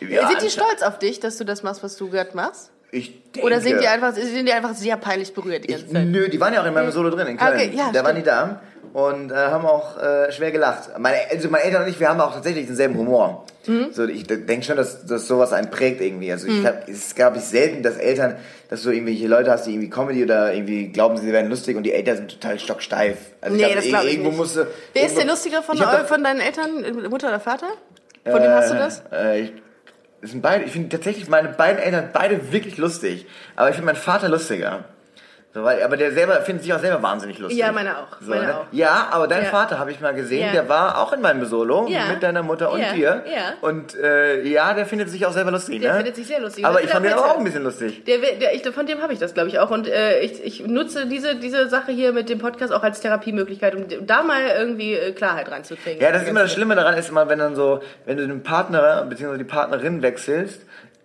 Ja, sind die stolz auf dich, dass du das machst, was du gerade machst? Ich denke, Oder sind die einfach, sind die einfach sehr peinlich berührt die ganze Ich, Zeit? Hm. Ah, nö, die waren ja auch in meinem Solo drin, in Köln. Okay, ja, da waren stimmt. die da und äh, haben auch äh, schwer gelacht. Meine, also meine Eltern und ich, wir haben auch tatsächlich denselben Humor. Mhm. So, ich denke schon, dass, dass sowas einen prägt irgendwie. Also ich glaub, es ist, glaube ich, selten, dass Eltern, dass du irgendwelche Leute hast, die irgendwie Comedy oder irgendwie glauben, sie werden lustig und die Eltern sind total stocksteif. Also Nee, das glaub ich irgendwo nicht. Musst du, Wer ist irgendwo- der Lustige von, Ich hab eu- doch- von deinen Eltern, Mutter oder Vater? Von wem hast du das? Äh, äh, ich, das sind beide, ich finde tatsächlich meine beiden Eltern beide wirklich lustig. Aber ich finde meinen Vater lustiger. So, weil, aber der selber findet sich auch selber wahnsinnig lustig. ne? Ja, meine auch, meine auch. Ja, aber dein Ja. Vater habe ich mal gesehen, Ja. der war auch in meinem Solo Ja. mit deiner Mutter und Ja, dir. ja. Und äh, ja, der findet sich auch selber lustig. Der ne? findet sich sehr lustig. Aber Das ich ist fand der den aber Beste. auch ein bisschen lustig. Der, will- der, ich, von dem habe ich das, glaube ich, auch. Und äh, ich, ich nutze diese, diese Sache hier mit dem Podcast auch als Therapiemöglichkeit, um da mal irgendwie äh, Klarheit reinzukriegen. Ja, das ist immer das Schlimme daran, ist immer, wenn dann so, wenn du den Partner bzw. die Partnerin wechselst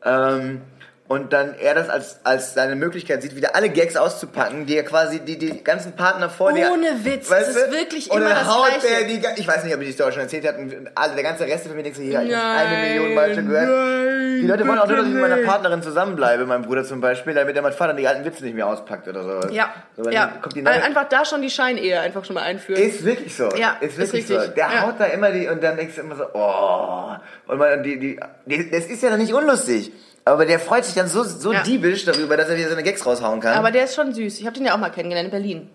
ähm, und dann er das als, als seine Möglichkeit sieht, wieder alle Gags auszupacken, die er quasi die, die ganzen Partner vor dir. Ohne Witz, Weißt es ist du? wirklich und immer dann das haut Gleiche. Der die, ga- ich weiß nicht, ob ich die Story schon erzählt habe, und alle, der ganze Rest von mir denkt so, ja, ich habe Nein, eine Million Mal schon gehört. die Leute wollen auch nur, dass ich mit meiner Partnerin zusammenbleibe, mein Bruder zum Beispiel, damit er mein Vater die alten Witze nicht mehr auspackt oder sowas. Ja, So, weil ja. dann Kommt die Ein- neue, einfach da schon die Scheinehe einfach schon mal einführen. ist wirklich so. Ja, ist ist wirklich richtig. so. Der Ja. haut da immer die und dann denkst du immer so, oh. Und man, die, die, die, das ist ja dann nicht unlustig. Aber der freut sich dann so, so Ja. diebisch darüber, dass er wieder seine Gags raushauen kann. Aber der ist schon süß. Ich habe den ja auch mal kennengelernt in Berlin.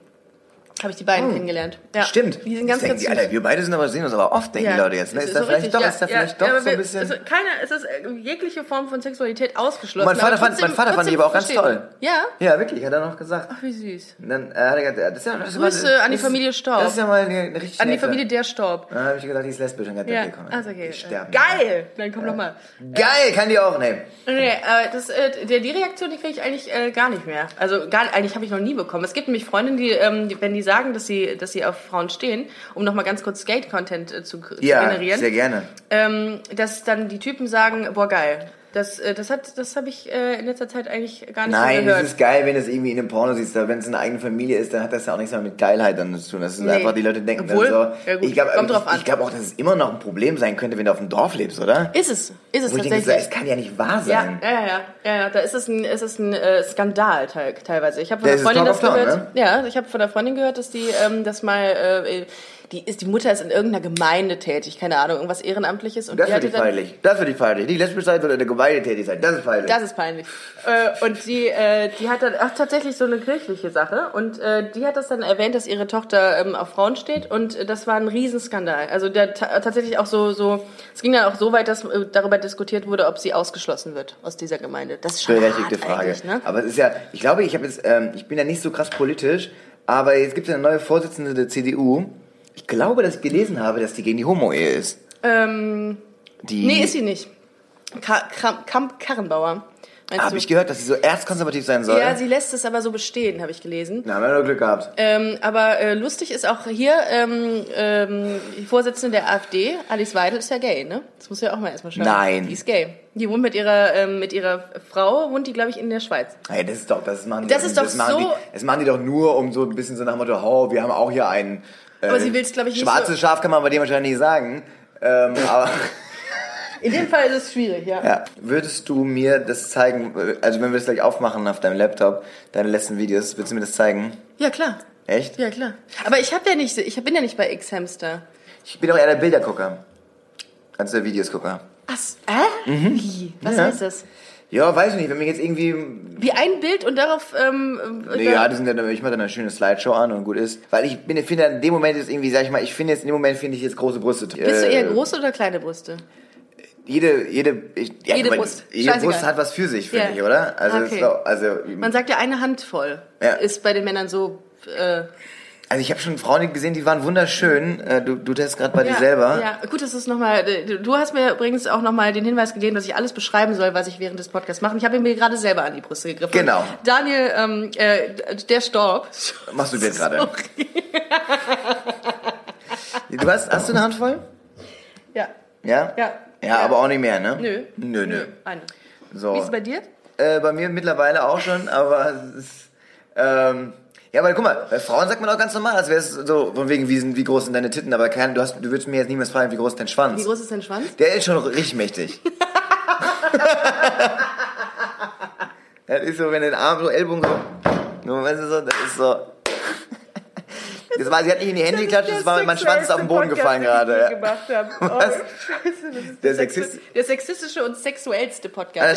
Habe ich die beiden kennengelernt. Ja. Hm. Stimmt. Die sind ganz, Jetzt ganz denken die, süß. Alter, wir beide sind aber, sehen uns aber oft, denken Ja. die Leute jetzt. Ne? Es Ist, da so vielleicht richtig, doch, ja, ist da ja, vielleicht ja, doch aber so wir- ein also- bisschen... Es ist, keine, es ist äh, jegliche Form von Sexualität ausgeschlossen. mein Vater, aber fand, trotzdem- mein Vater fand die trotzdem aber auch ganz verstehen. toll. Ja? Ja, wirklich, hat er noch gesagt. Ach, wie süß. Und Dann, äh, hat er gesagt, das ist ja, das ist ja mal- Grüße an die das- Familie Staub. Das ist ja mal eine, eine richtig An die nette- Familie der Storb. Dann habe ich gedacht, die ist lesbisch und hat Ja, gekommen. also okay. Die sterben. Geil! Dann komm nochmal. Geil, kann die auch ne? nehmen. Nee, äh, das, äh, der, die Reaktion, die kriege ich eigentlich äh, gar nicht mehr. Also gar, eigentlich habe ich noch nie bekommen. Es gibt nämlich Freundinnen, die, ähm, die- wenn die sagen, dass sie, dass sie auf Frauen stehen, um nochmal ganz kurz Skate-Content äh, zu, zu Ja, generieren, sehr gerne. ähm, dass dann die Typen sagen, boah geil. Das, äh, das, hat- das habe ich äh, in letzter Zeit eigentlich gar nicht mehr Nein, das gehört. ist geil, wenn du es irgendwie in einem Porno siehst, aber wenn es eine eigene Familie ist, dann hat das ja auch nichts mehr mit Geilheit dann zu tun. Das ist Nee. einfach, die Leute denken Obwohl, dann so. ja gut, ich glaube kommt drauf ich, an. ich glaub auch, dass es immer noch ein Problem sein könnte, wenn du auf dem Dorf lebst, oder? ist es, ist es Wo ich denke, tatsächlich. so, es kann ja nicht wahr ja, sein. ja, ja, ja, ja, da ist es ein, ist es ein äh, Skandal teil, teilweise. Ich habe von Der der ist Freundin Talk das of Town, gehört. Ja, ich habe von der Freundin gehört, dass die ähm, das mal, äh, die ist die Mutter ist in irgendeiner Gemeinde tätig, keine Ahnung, irgendwas ehrenamtliches und Das die würde hatte ich dann feierlich. Das würde ich feierlich. Nicht lesbisch sein, sondern eine Gemeinde tätig sein. Das ist feierlich. das ist peinlich. Äh, und die, äh, die hat dann ach, tatsächlich so eine kirchliche Sache. Und äh, die hat das dann erwähnt, dass ihre Tochter ähm, auf Frauen steht. Und äh, das war ein Riesenskandal. Also der, ta tatsächlich auch so, so, es ging dann auch so weit, dass äh, darüber diskutiert wurde, ob sie ausgeschlossen wird aus dieser Gemeinde. Das ist schon berechtigte hart Frage. eigentlich, Ne? Aber es ist ja, ich glaube, ich habe jetzt, ähm, ich bin ja nicht so krass politisch, aber jetzt gibt es eine neue Vorsitzende der CDU. Ich glaube, dass ich gelesen habe, dass die gegen die Homo-Ehe ist. Ähm, Die nee, ist sie nicht. Ka Kram Kamp Karrenbauer. Meinst Habe du? ich gehört, dass sie so erzkonservativ sein soll. ja, sie lässt es aber so bestehen, habe ich gelesen. Na, haben wir nur Glück gehabt. Ähm, aber äh, lustig ist auch hier, ähm, ähm, die Vorsitzende der AfD, Alice Weidel, ist ja gay, ne? Das muss ja auch mal erstmal schauen. Nein. Die ist gay. Die wohnt mit ihrer, ähm, mit ihrer Frau, wohnt die, glaube ich, in der Schweiz. Hey, das ist doch, das machen Das die, ist doch das machen so- Die, das machen die doch nur, um so ein bisschen so nach dem Motto, oh, wir haben auch hier einen. Äh, Aber sie will's, glaub ich, nicht Schwarzes so- Schaf kann man bei dem wahrscheinlich nicht sagen. Ähm, aber In dem Fall ist es schwierig, ja. ja. würdest du mir das zeigen, äh, also wenn wir das gleich aufmachen auf deinem Laptop, deine letzten Videos, würdest du mir das zeigen? Ja, klar. Echt? Ja, klar. Aber ich habe ja nicht, ich bin ja nicht bei X-Hamster. Ich bin doch eher der Bildergucker. Als der Videosgucker. Ach, s- äh? Wie? Was Mhm. Ja. heißt das? Ja, weiß ich nicht, wenn mir jetzt irgendwie Wie ein Bild und darauf, ähm, äh, Nee, ja, die sind ja, ich mache dann eine schöne Slideshow an und gut ist. Weil ich bin, finde in äh, dem Moment ist irgendwie, sag ich mal, ich finde jetzt in dem Moment finde ich jetzt große Brüste. Bist du eher große oder kleine Brüste? jede, jede, ich, ja, Jede aber Brust. jede Brust Scheißegal. hat was für sich, finde Ja. ich, oder? Also, Okay. es ist doch- also, Man sagt ja eine Handvoll. Ja. Ist bei den Männern so. Äh, also ich habe schon Frauen gesehen, die waren wunderschön. Äh, Du, du testest gerade bei ja, dir selber. Ja, gut, das ist nochmal. Du hast mir übrigens auch nochmal den Hinweis gegeben, dass ich alles beschreiben soll, was ich während des Podcasts mache. Ich habe mir gerade selber an die Brüste gegriffen. Genau. Daniel, ähm, äh, der Storb. Machst du dir gerade. Du hast, hast du eine Handvoll? Ja. Ja? Ja. Ja, aber auch nicht mehr, ne? Nö. Nö, nö. Eine. So. Wie ist es bei dir? Äh, bei mir mittlerweile auch schon, aber es ist, ähm, ja, aber guck mal, bei Frauen sagt man auch ganz normal, als wäre es so von wegen, wie, sind, wie groß sind deine Titten, aber kein, du, hast, du würdest mir jetzt niemals fragen, wie groß ist dein Schwanz? Wie groß ist dein Schwanz? Der ist schon richtig mächtig. das ist so, wenn den Arm so Ellbogen so, nur weißt du so, das ist so. Das war, sie hat nicht in die Hände geklatscht, das war, mein Schwanz ist auf den Boden gefallen gerade. Ja. Was? Oh, Der Sexist- Ah, Der sexistische und sexuellste Podcast. Der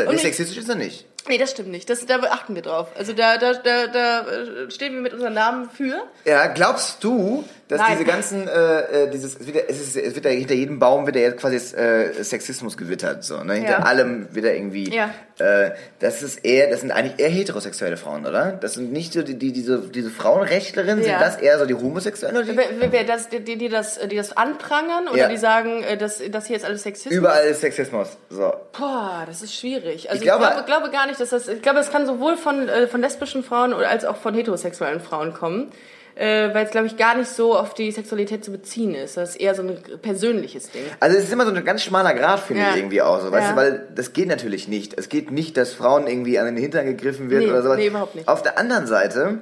Und, nicht und ich, sexistisch Äh, ist er nicht. nee, das stimmt nicht. Das, da achten wir drauf. Also da, da, da, da äh, stehen wir mit unseren Namen für. Ja, glaubst du, dass Nein. diese ganzen, äh, äh, dieses, es wird, ja- es ist, es wird ja hinter jedem Baum wird ja jetzt quasi äh, Sexismus gewittert, so, ne? Hinter Ja. allem wieder irgendwie. Ja. Äh, das ist eher, das sind eigentlich eher heterosexuelle Frauen, oder? Das sind nicht so die, die diese, diese Frauenrechtlerinnen, Ja. sind das eher so die Homosexuellen oder die? Wer, wer- wer das, die, die, das, die das anprangern oder Ja. die sagen, äh, dass das hier ist alles Sexismus. Überall ist Sexismus, so. Boah, das ist schwierig. Also ich glaube- glaube, glaube, gar nicht, dass das. Ich glaube, das kann sowohl von, äh, von lesbischen Frauen oder als auch von heterosexuellen Frauen kommen. Äh, Weil es, glaube ich, gar nicht so auf die Sexualität zu beziehen ist. Das ist eher so ein persönliches Ding. Also es ist immer so ein ganz schmaler Grad, finde Ja. ich irgendwie auch so, weißt Ja. du, weil das geht natürlich nicht. Es geht nicht, dass Frauen irgendwie an den Hintern gegriffen wird Nee, oder sowas. nee, überhaupt nicht. Auf der anderen Seite,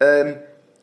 ähm,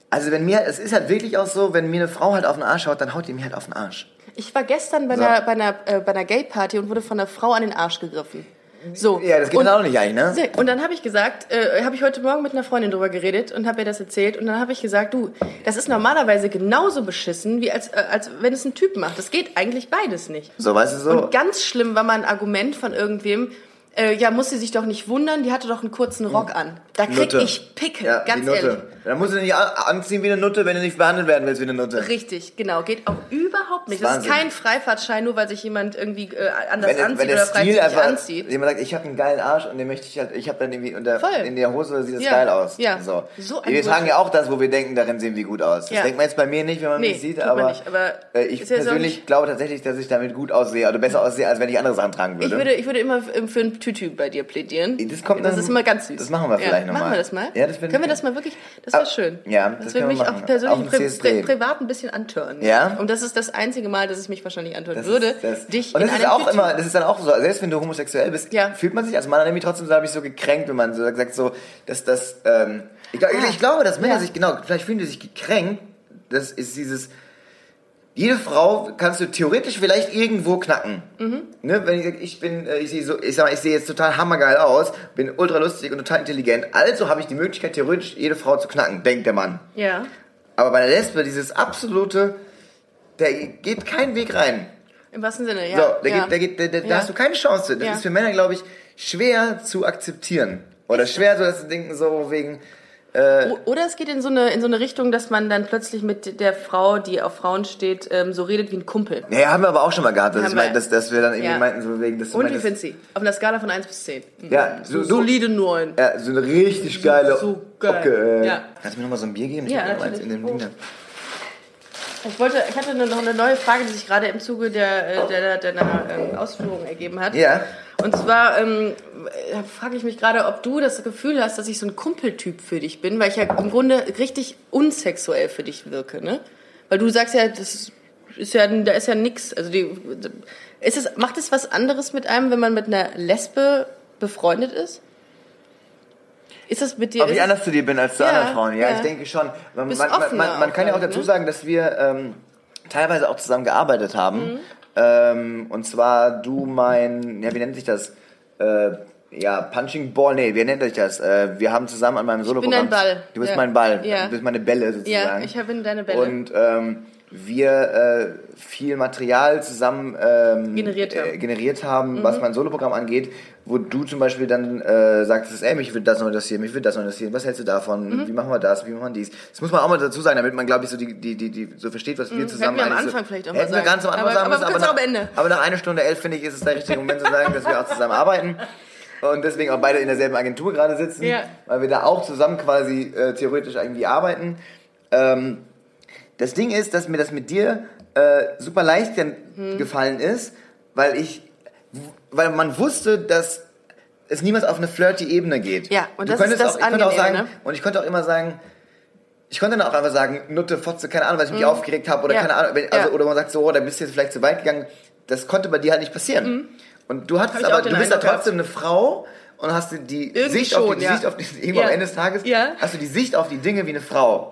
also wenn mir, es ist halt wirklich auch so, wenn mir eine Frau halt auf den Arsch haut, dann haut die mir halt auf den Arsch. Ich war gestern bei So. einer, bei einer, äh, bei einer Gay-Party und wurde von einer Frau an den Arsch gegriffen. So. Ja, das geht und, dann auch nicht eigentlich, ne? So, Und dann habe ich gesagt, äh, habe ich heute Morgen mit einer Freundin drüber geredet und habe ihr das erzählt. Und dann habe ich gesagt, du, das ist normalerweise genauso beschissen, wie als, äh, als wenn es ein Typ macht. Das geht eigentlich beides nicht. So, weißt du so. Und ganz schlimm war mal ein Argument von irgendwem, äh, ja, muss sie sich doch nicht wundern, die hatte doch einen kurzen Rock an. Da krieg Hm. Nutte. ich Pickel, ja, ganz die Nutte. ehrlich. Dann musst du nicht a- anziehen wie eine Nutte, wenn du nicht behandelt werden willst wie eine Nutte. Richtig, genau, geht auch überhaupt nicht. Das ist Wahnsinn. kein Freifahrtschein, nur weil sich jemand irgendwie äh, anders Wenn, der- anzieht wenn der oder Stil freizügig einfach, anzieht. jemand sagt, ich habe einen geilen Arsch und den möchte ich halt, ich habe dann irgendwie unter, Voll. in der Hose sieht es Ja, geil aus. ja. So. So ein wir tragen Bullshit. ja auch das, wo wir denken, darin sehen wir gut aus. Das Ja. denkt man jetzt bei mir nicht, wenn man Nee, mich sieht, tut man aber, nicht, aber äh, ich ist ja so persönlich nicht- glaube tatsächlich, dass ich damit gut aussehe oder besser aussehe, als wenn ich andere Sachen tragen Ich würde. würde, ich würde immer f- für ein Tütü bei dir plädieren. Das kommt das dann- ist immer ganz süß. das machen wir vielleicht noch Machen mal. wir das mal? Ja, das find können wir ich- das mal wirklich? Das wäre Ah, schön. ja, das, das würde können wir mich machen. auch persönlich Auf pri dem CSD. pri privat ein bisschen antören. Ja? Und das ist das einzige Mal, dass es mich wahrscheinlich antören Das würde, ist das. dich und das in ist einem auch Tütü. immer, das ist dann auch so, selbst wenn du homosexuell bist, Ja. fühlt man sich als Mann nämlich trotzdem so, habe ich so gekränkt, wenn man so sagt, so, dass das, ähm, ich, glaub, ich, ich glaube, dass Männer Ah, Ja. sich, genau, vielleicht fühlen die sich gekränkt, das ist dieses, jede Frau kannst du theoretisch vielleicht irgendwo knacken. Mhm. Ne, wenn ich sag, ich bin, äh, ich sehe so, ich sag mal, ich sehe jetzt total hammergeil aus, bin ultra lustig und total intelligent, also habe ich die Möglichkeit, theoretisch jede Frau zu knacken, denkt der Mann. Ja. Aber bei der Lesbe, dieses absolute, der geht kein Weg rein. Im wahrsten Sinne, ja. So, da, ja. geht, da, geht, da, da, Ja. da hast du keine Chance. Das Ja. ist für Männer, glaube ich, schwer zu akzeptieren. Oder schwer so, dass sie denken, so wegen, äh O- Oder es geht in so, eine, in so eine Richtung, dass man dann plötzlich mit der Frau, die auf Frauen steht, ähm, so redet wie ein Kumpel. ja, haben wir aber auch schon mal gehabt, dass, Haben ich mein, wir. dass, dass wir dann irgendwie Ja. meinten, so wegen, dass du Und wie meinst, findest du sie? Auf einer Skala von 1 bis 10. Mhm. ja, so, so, Solide 9. ja, so eine richtig geile so geil. Ocke, äh. Ja. Kannst du mir nochmal so ein Bier geben? Ich Ja, hab noch eins in natürlich. Oh. dem Ding da. Ich wollte, ich hatte nur noch eine neue Frage, die sich gerade im Zuge der, äh, der, der deiner ähm, Ausführungen ergeben hat. Oh. Ja. Und zwar ähm, äh, frage ich mich gerade, ob du das Gefühl hast, dass ich so ein Kumpeltyp für dich bin, weil ich ja im Grunde richtig unsexuell für dich wirke, ne? Weil du sagst ja, das ist ja, da ist ja nix. Also die, ist es, macht es was anderes mit einem, wenn man mit einer Lesbe befreundet ist? Ist das mit dir? Ob ist ich es- anders zu dir bin als zu Ja, anderen Frauen. Ja, ja. ich denke schon. Man, Bist man, man, offener man, man kann ja auch, auch dazu ne? sagen, dass wir ähm, teilweise auch zusammen gearbeitet haben. Mhm. Ähm, und zwar du mein, ja, wie nennt sich das? Äh, ja, Punching Ball, nee, wie nennt sich das? Äh, wir haben zusammen an meinem Solo bin dein Ball. Du bist Ja. mein Ball. Ja. Du bist meine Bälle sozusagen. ja, ich habe deine Bälle. Und ähm, wir äh, viel Material zusammen ähm, Generiert haben. Mhm. äh, generiert haben, was mein Soloprogramm angeht, wo du zum Beispiel dann äh, sagtest, ey, mich würde das noch interessieren, mich würde das noch interessieren, was hältst du davon, Mhm. wie machen wir das, wie machen wir dies. Das muss man auch mal dazu sagen, damit man, glaube ich, so, die, die, die, die, so versteht, was wir zusammen Mhm. wir am eigentlich so- Anfang vielleicht auch mal Hätten wir sagen. ganz am Anfang Aber- sagen aber müssen, wir können's nach, auch am Ende. aber nach einer Stunde elf, finde ich, ist es der richtige Moment zu sagen, dass wir auch zusammen arbeiten. Und deswegen auch beide in derselben Agentur gerade sitzen, Ja. weil wir da auch zusammen quasi äh, theoretisch irgendwie arbeiten. Ähm, das Ding ist, dass mir das mit dir äh, super leicht gen- Hm. gefallen ist, weil ich, w- weil man wusste, dass es niemals auf eine flirty Ebene geht. Ja, und Du das ist könntest das auch, ich könnte auch sagen, Angenehme, ne? Und ich konnte auch immer sagen, ich konnte dann auch einfach sagen, Nutte, Fotze, keine Ahnung, weil ich mich aufgeregt habe oder Hm. Ja. keine Ahnung, wenn, also, Ja. oder man sagt so, oh, da bist du jetzt vielleicht zu weit gegangen. Das konnte bei dir halt nicht passieren. Hm. Und du hattest Hab ich aber, auch den du bist ja Eindruck trotzdem eine Frau und hast die- die Irgendwie Sicht auf schon, die, ja. Sicht auf die, irgendwo Ja. am Ende des Tages, Ja. hast du die Sicht auf die Dinge wie eine Frau.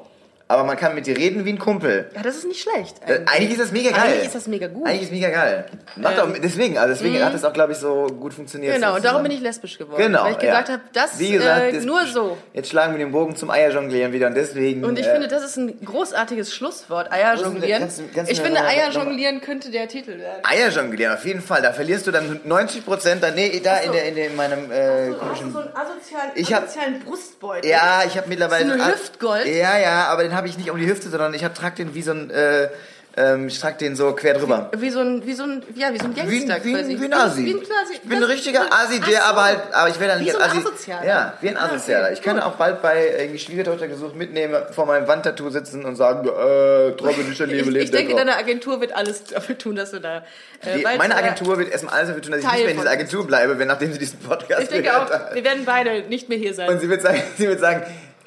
Aber man kann mit dir reden wie ein Kumpel. Ja, das ist nicht schlecht. Äh, Eigentlich ist das mega geil. Eigentlich ist das mega gut. Ähm, mhm. Eigentlich ist mega geil. Macht auch, deswegen, also deswegen hat das auch, glaube ich, so gut funktioniert. Genau, so und darum zusammen. bin ich lesbisch geworden. Genau. Weil ich gesagt ja. habe, das Wie gesagt, äh, das- nur so. Jetzt schlagen wir den Bogen zum Eierjonglieren wieder und deswegen. Und ich äh, finde, das ist ein großartiges Schlusswort, Eier Wo ist denn der- jonglieren. kannst du- kannst du ich mir finde, noch mal- Eier noch mal- jonglieren könnte der Titel werden. Eierjonglieren, auf jeden Fall. Da verlierst du dann 90 Prozent. Nee, da in, der, in, der, in meinem äh, komischen. einen asozialen, Ich hab- Brustbeutel. Ja, ich habe mittlerweile. So eine ah, Hüftgold? Ja, ja, aber den habe ich nicht um die Hüfte, sondern ich hab, trag den wie so ein. Äh, ähm, ich trag den so quer drüber. Wie so ein, wie so ein, ja, wie so ein Wie, ein- Gangster wie, quasi. ein- wie ein Asi. Wie ein Asi. ich bin ein Das- richtiger Asi, der Ach so. aber halt, aber ich werde dann Wie nicht so als ein Asi. Asozialer. Ja, wie ein Ah, okay. Asozialer. Ich kann Gut. auch bald bei äh, irgendwie Schwiegertochter gesucht mitnehmen, vor meinem Wandtattoo sitzen und sagen, äh, Trompe nicht Ich, daneben, ich lebt der denke, Traum. deine Agentur wird alles dafür tun, dass du da. äh, Die, bald- meine Agentur wird erstmal alles dafür tun, dass ich Teil nicht mehr in dieser von- Agentur bleibe, wenn nachdem sie diesen Podcast Ich denke gehört auch, hat. wir werden beide nicht mehr hier sein. Und sie wird sagen, sie wird sagen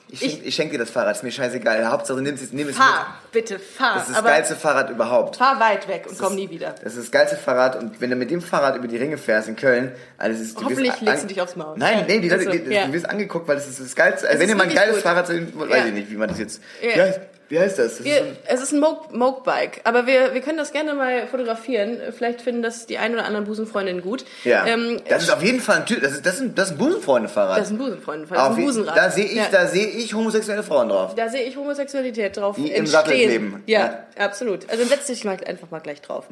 ich, Ich- schenk- ich schenke dir das Fahrrad, ist mir scheißegal. Hauptsache nimm es, nimm es mit. fahr, bitte, fahr. Das ist das aber geilste Fahrrad überhaupt. fahr weit weg und komm nie wieder. Das ist das geilste Fahrrad und wenn du mit dem Fahrrad über die Ringe fährst in Köln, also es ist, du Hoffentlich wirst legst du an- dich aufs Maul. Nein, Ja. nee, die Leute, Also, die, ja. du wirst angeguckt, weil das ist das geilste. Also Es wenn ist ihr mal ein wirklich geiles gut. Fahrrad, zu- weiß Ja. ich nicht, wie man das jetzt. Ja. Wie, heißt, wie heißt das? das ist so- Wir, es ist ein Moke- Moke-Bike, aber wir, wir können das gerne mal fotografieren. Vielleicht finden das die ein oder anderen Busenfreundinnen gut. ja. Ähm, das ist auf jeden Fall ein Typ. Das ist das ist ein, das ist ein Busenfreunde-Fahrrad. das ist ein Busenfreund, das ist ein Auf- Busenrad. Da sehe ich, ja. da sehe ich homosexuelle Frauen drauf. Da sehe ich Homosexualität drauf. Die im entstehen. Sattel leben. Ja, absolut. Also setz dich mal einfach mal gleich draff.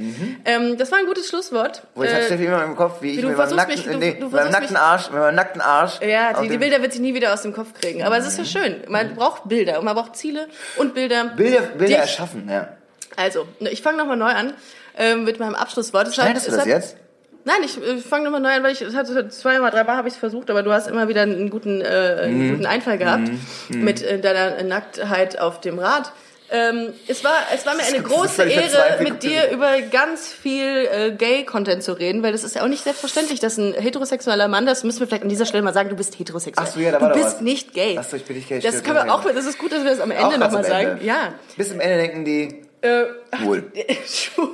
Ähm, das war ein gutes Schlusswort. Mhm. Wo ich hab Äh, Steffi immer im Kopf, wie ich du mit meinem versuchst nackten, mich- du- nee, du mit versuchst meinem nackten mich- Arsch, mit meinem nackten Arsch. ja, auf die, die dem- Mhm. Bilder wird sie nie wieder aus dem Kopf kriegen. Aber es ist ja schön. Man braucht Bilder und man braucht Ziele und Bilder. Bilder, Bilder Dich. erschaffen, ja. Also, ich fange nochmal neu an ähm, mit meinem Abschlusswort. Es hat- Schneidest du es das hat- jetzt? Nein, ich äh, fange nochmal neu an, weil ich es hat so zweimal, dreimal habe ich es versucht, aber du hast immer wieder einen guten, äh, Mhm. einen guten Einfall gehabt mit äh, deiner Nacktheit auf dem Rad. Ähm, es, war, es war mir eine ist große völlig Ehre, verzweifelt. mit dir über ganz viel äh, Gay-Content zu reden, weil das ist ja auch nicht selbstverständlich, dass ein heterosexueller Mann, das müssen wir vielleicht an dieser Stelle mal sagen, du bist heterosexuell. Ach so, ja, da war du doch bist was. nicht gay. Ach so, ich bin nicht gay, Das stimmt, können wir ja. auch, das ist gut, dass wir das am Auch Ende ganz nochmal am sagen. Ende. Ja. Äh, Bis zum Ende denken die, wohl. Schwul.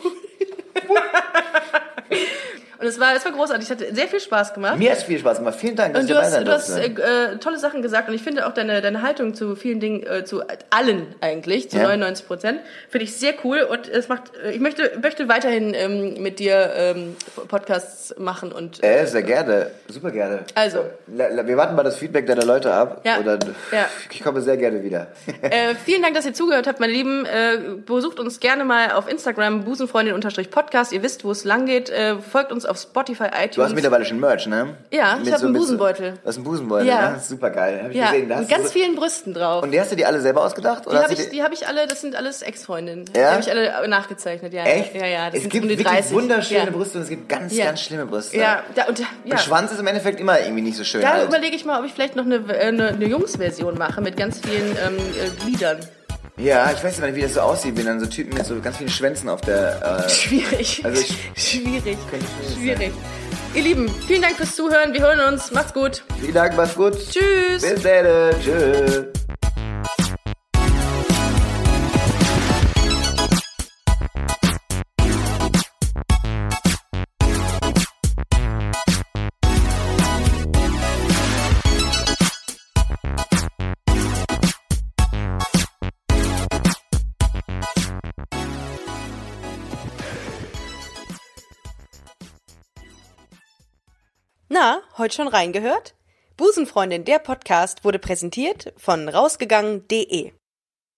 Und es war, es war großartig. Es hat sehr viel Spaß gemacht. Mir hat's viel Spaß gemacht. Vielen Dank, dass und du dabei hast, sein du hast durfte. äh, äh, tolle Sachen gesagt und ich finde auch deine, deine Haltung zu vielen Dingen, äh, zu allen eigentlich, zu Ja. 99 Prozent, finde ich sehr cool und es macht, äh, ich möchte, möchte weiterhin ähm, mit dir ähm, Podcasts machen und Äh, sehr gerne, super gerne. Also. La- la- Wir warten mal das Feedback deiner Leute ab. Ja. Oder, Ja. Ich komme sehr gerne wieder. Äh, vielen Dank, dass ihr zugehört habt, meine Lieben. Äh, besucht uns gerne mal auf Instagram, busenfreundin-podcast. Ihr wisst, wo es lang geht. Äh, folgt uns auf Spotify, iTunes. Du hast mittlerweile schon Merch, ne? Ja, ich Mit hab einen mit Busenbeutel. Du hast einen Busenbeutel, Ja. ne? Super geil. Hab ich ja, gesehen. Da mit hast du ganz so, vielen Brüsten drauf. und die hast du dir alle selber ausgedacht? Die oder hast habe du ich, dir- die hab ich alle, das sind alles Ex-Freundinnen. Die Ja? habe ich alle nachgezeichnet, ja. Echt? Ja, ja, das es sind gibt um die wirklich 30. wunderschöne ja. Brüste und es gibt ganz, Ja. ganz schlimme Brüste. Ja, da, und, ja. Und Schwanz ist im Endeffekt immer irgendwie nicht so schön. da halt. überlege ich mal, ob ich vielleicht noch eine, äh, eine, eine Jungs-Version mache mit ganz vielen ähm, äh, Gliedern. Ja, ich weiß immer nicht, wie das so aussieht, wenn dann so Typen mit so ganz vielen Schwänzen auf der. Äh, Schwierig. Also ich- Schwierig. Könnte schwierig sein. Schwierig. Ihr Lieben, vielen Dank fürs Zuhören. Wir hören uns. Macht's gut. vielen Dank, mach's gut. Tschüss. Bis dann. Tschüss. Na, heute schon reingehört? Busenfreundin, der Podcast wurde präsentiert von rausgegangen.de.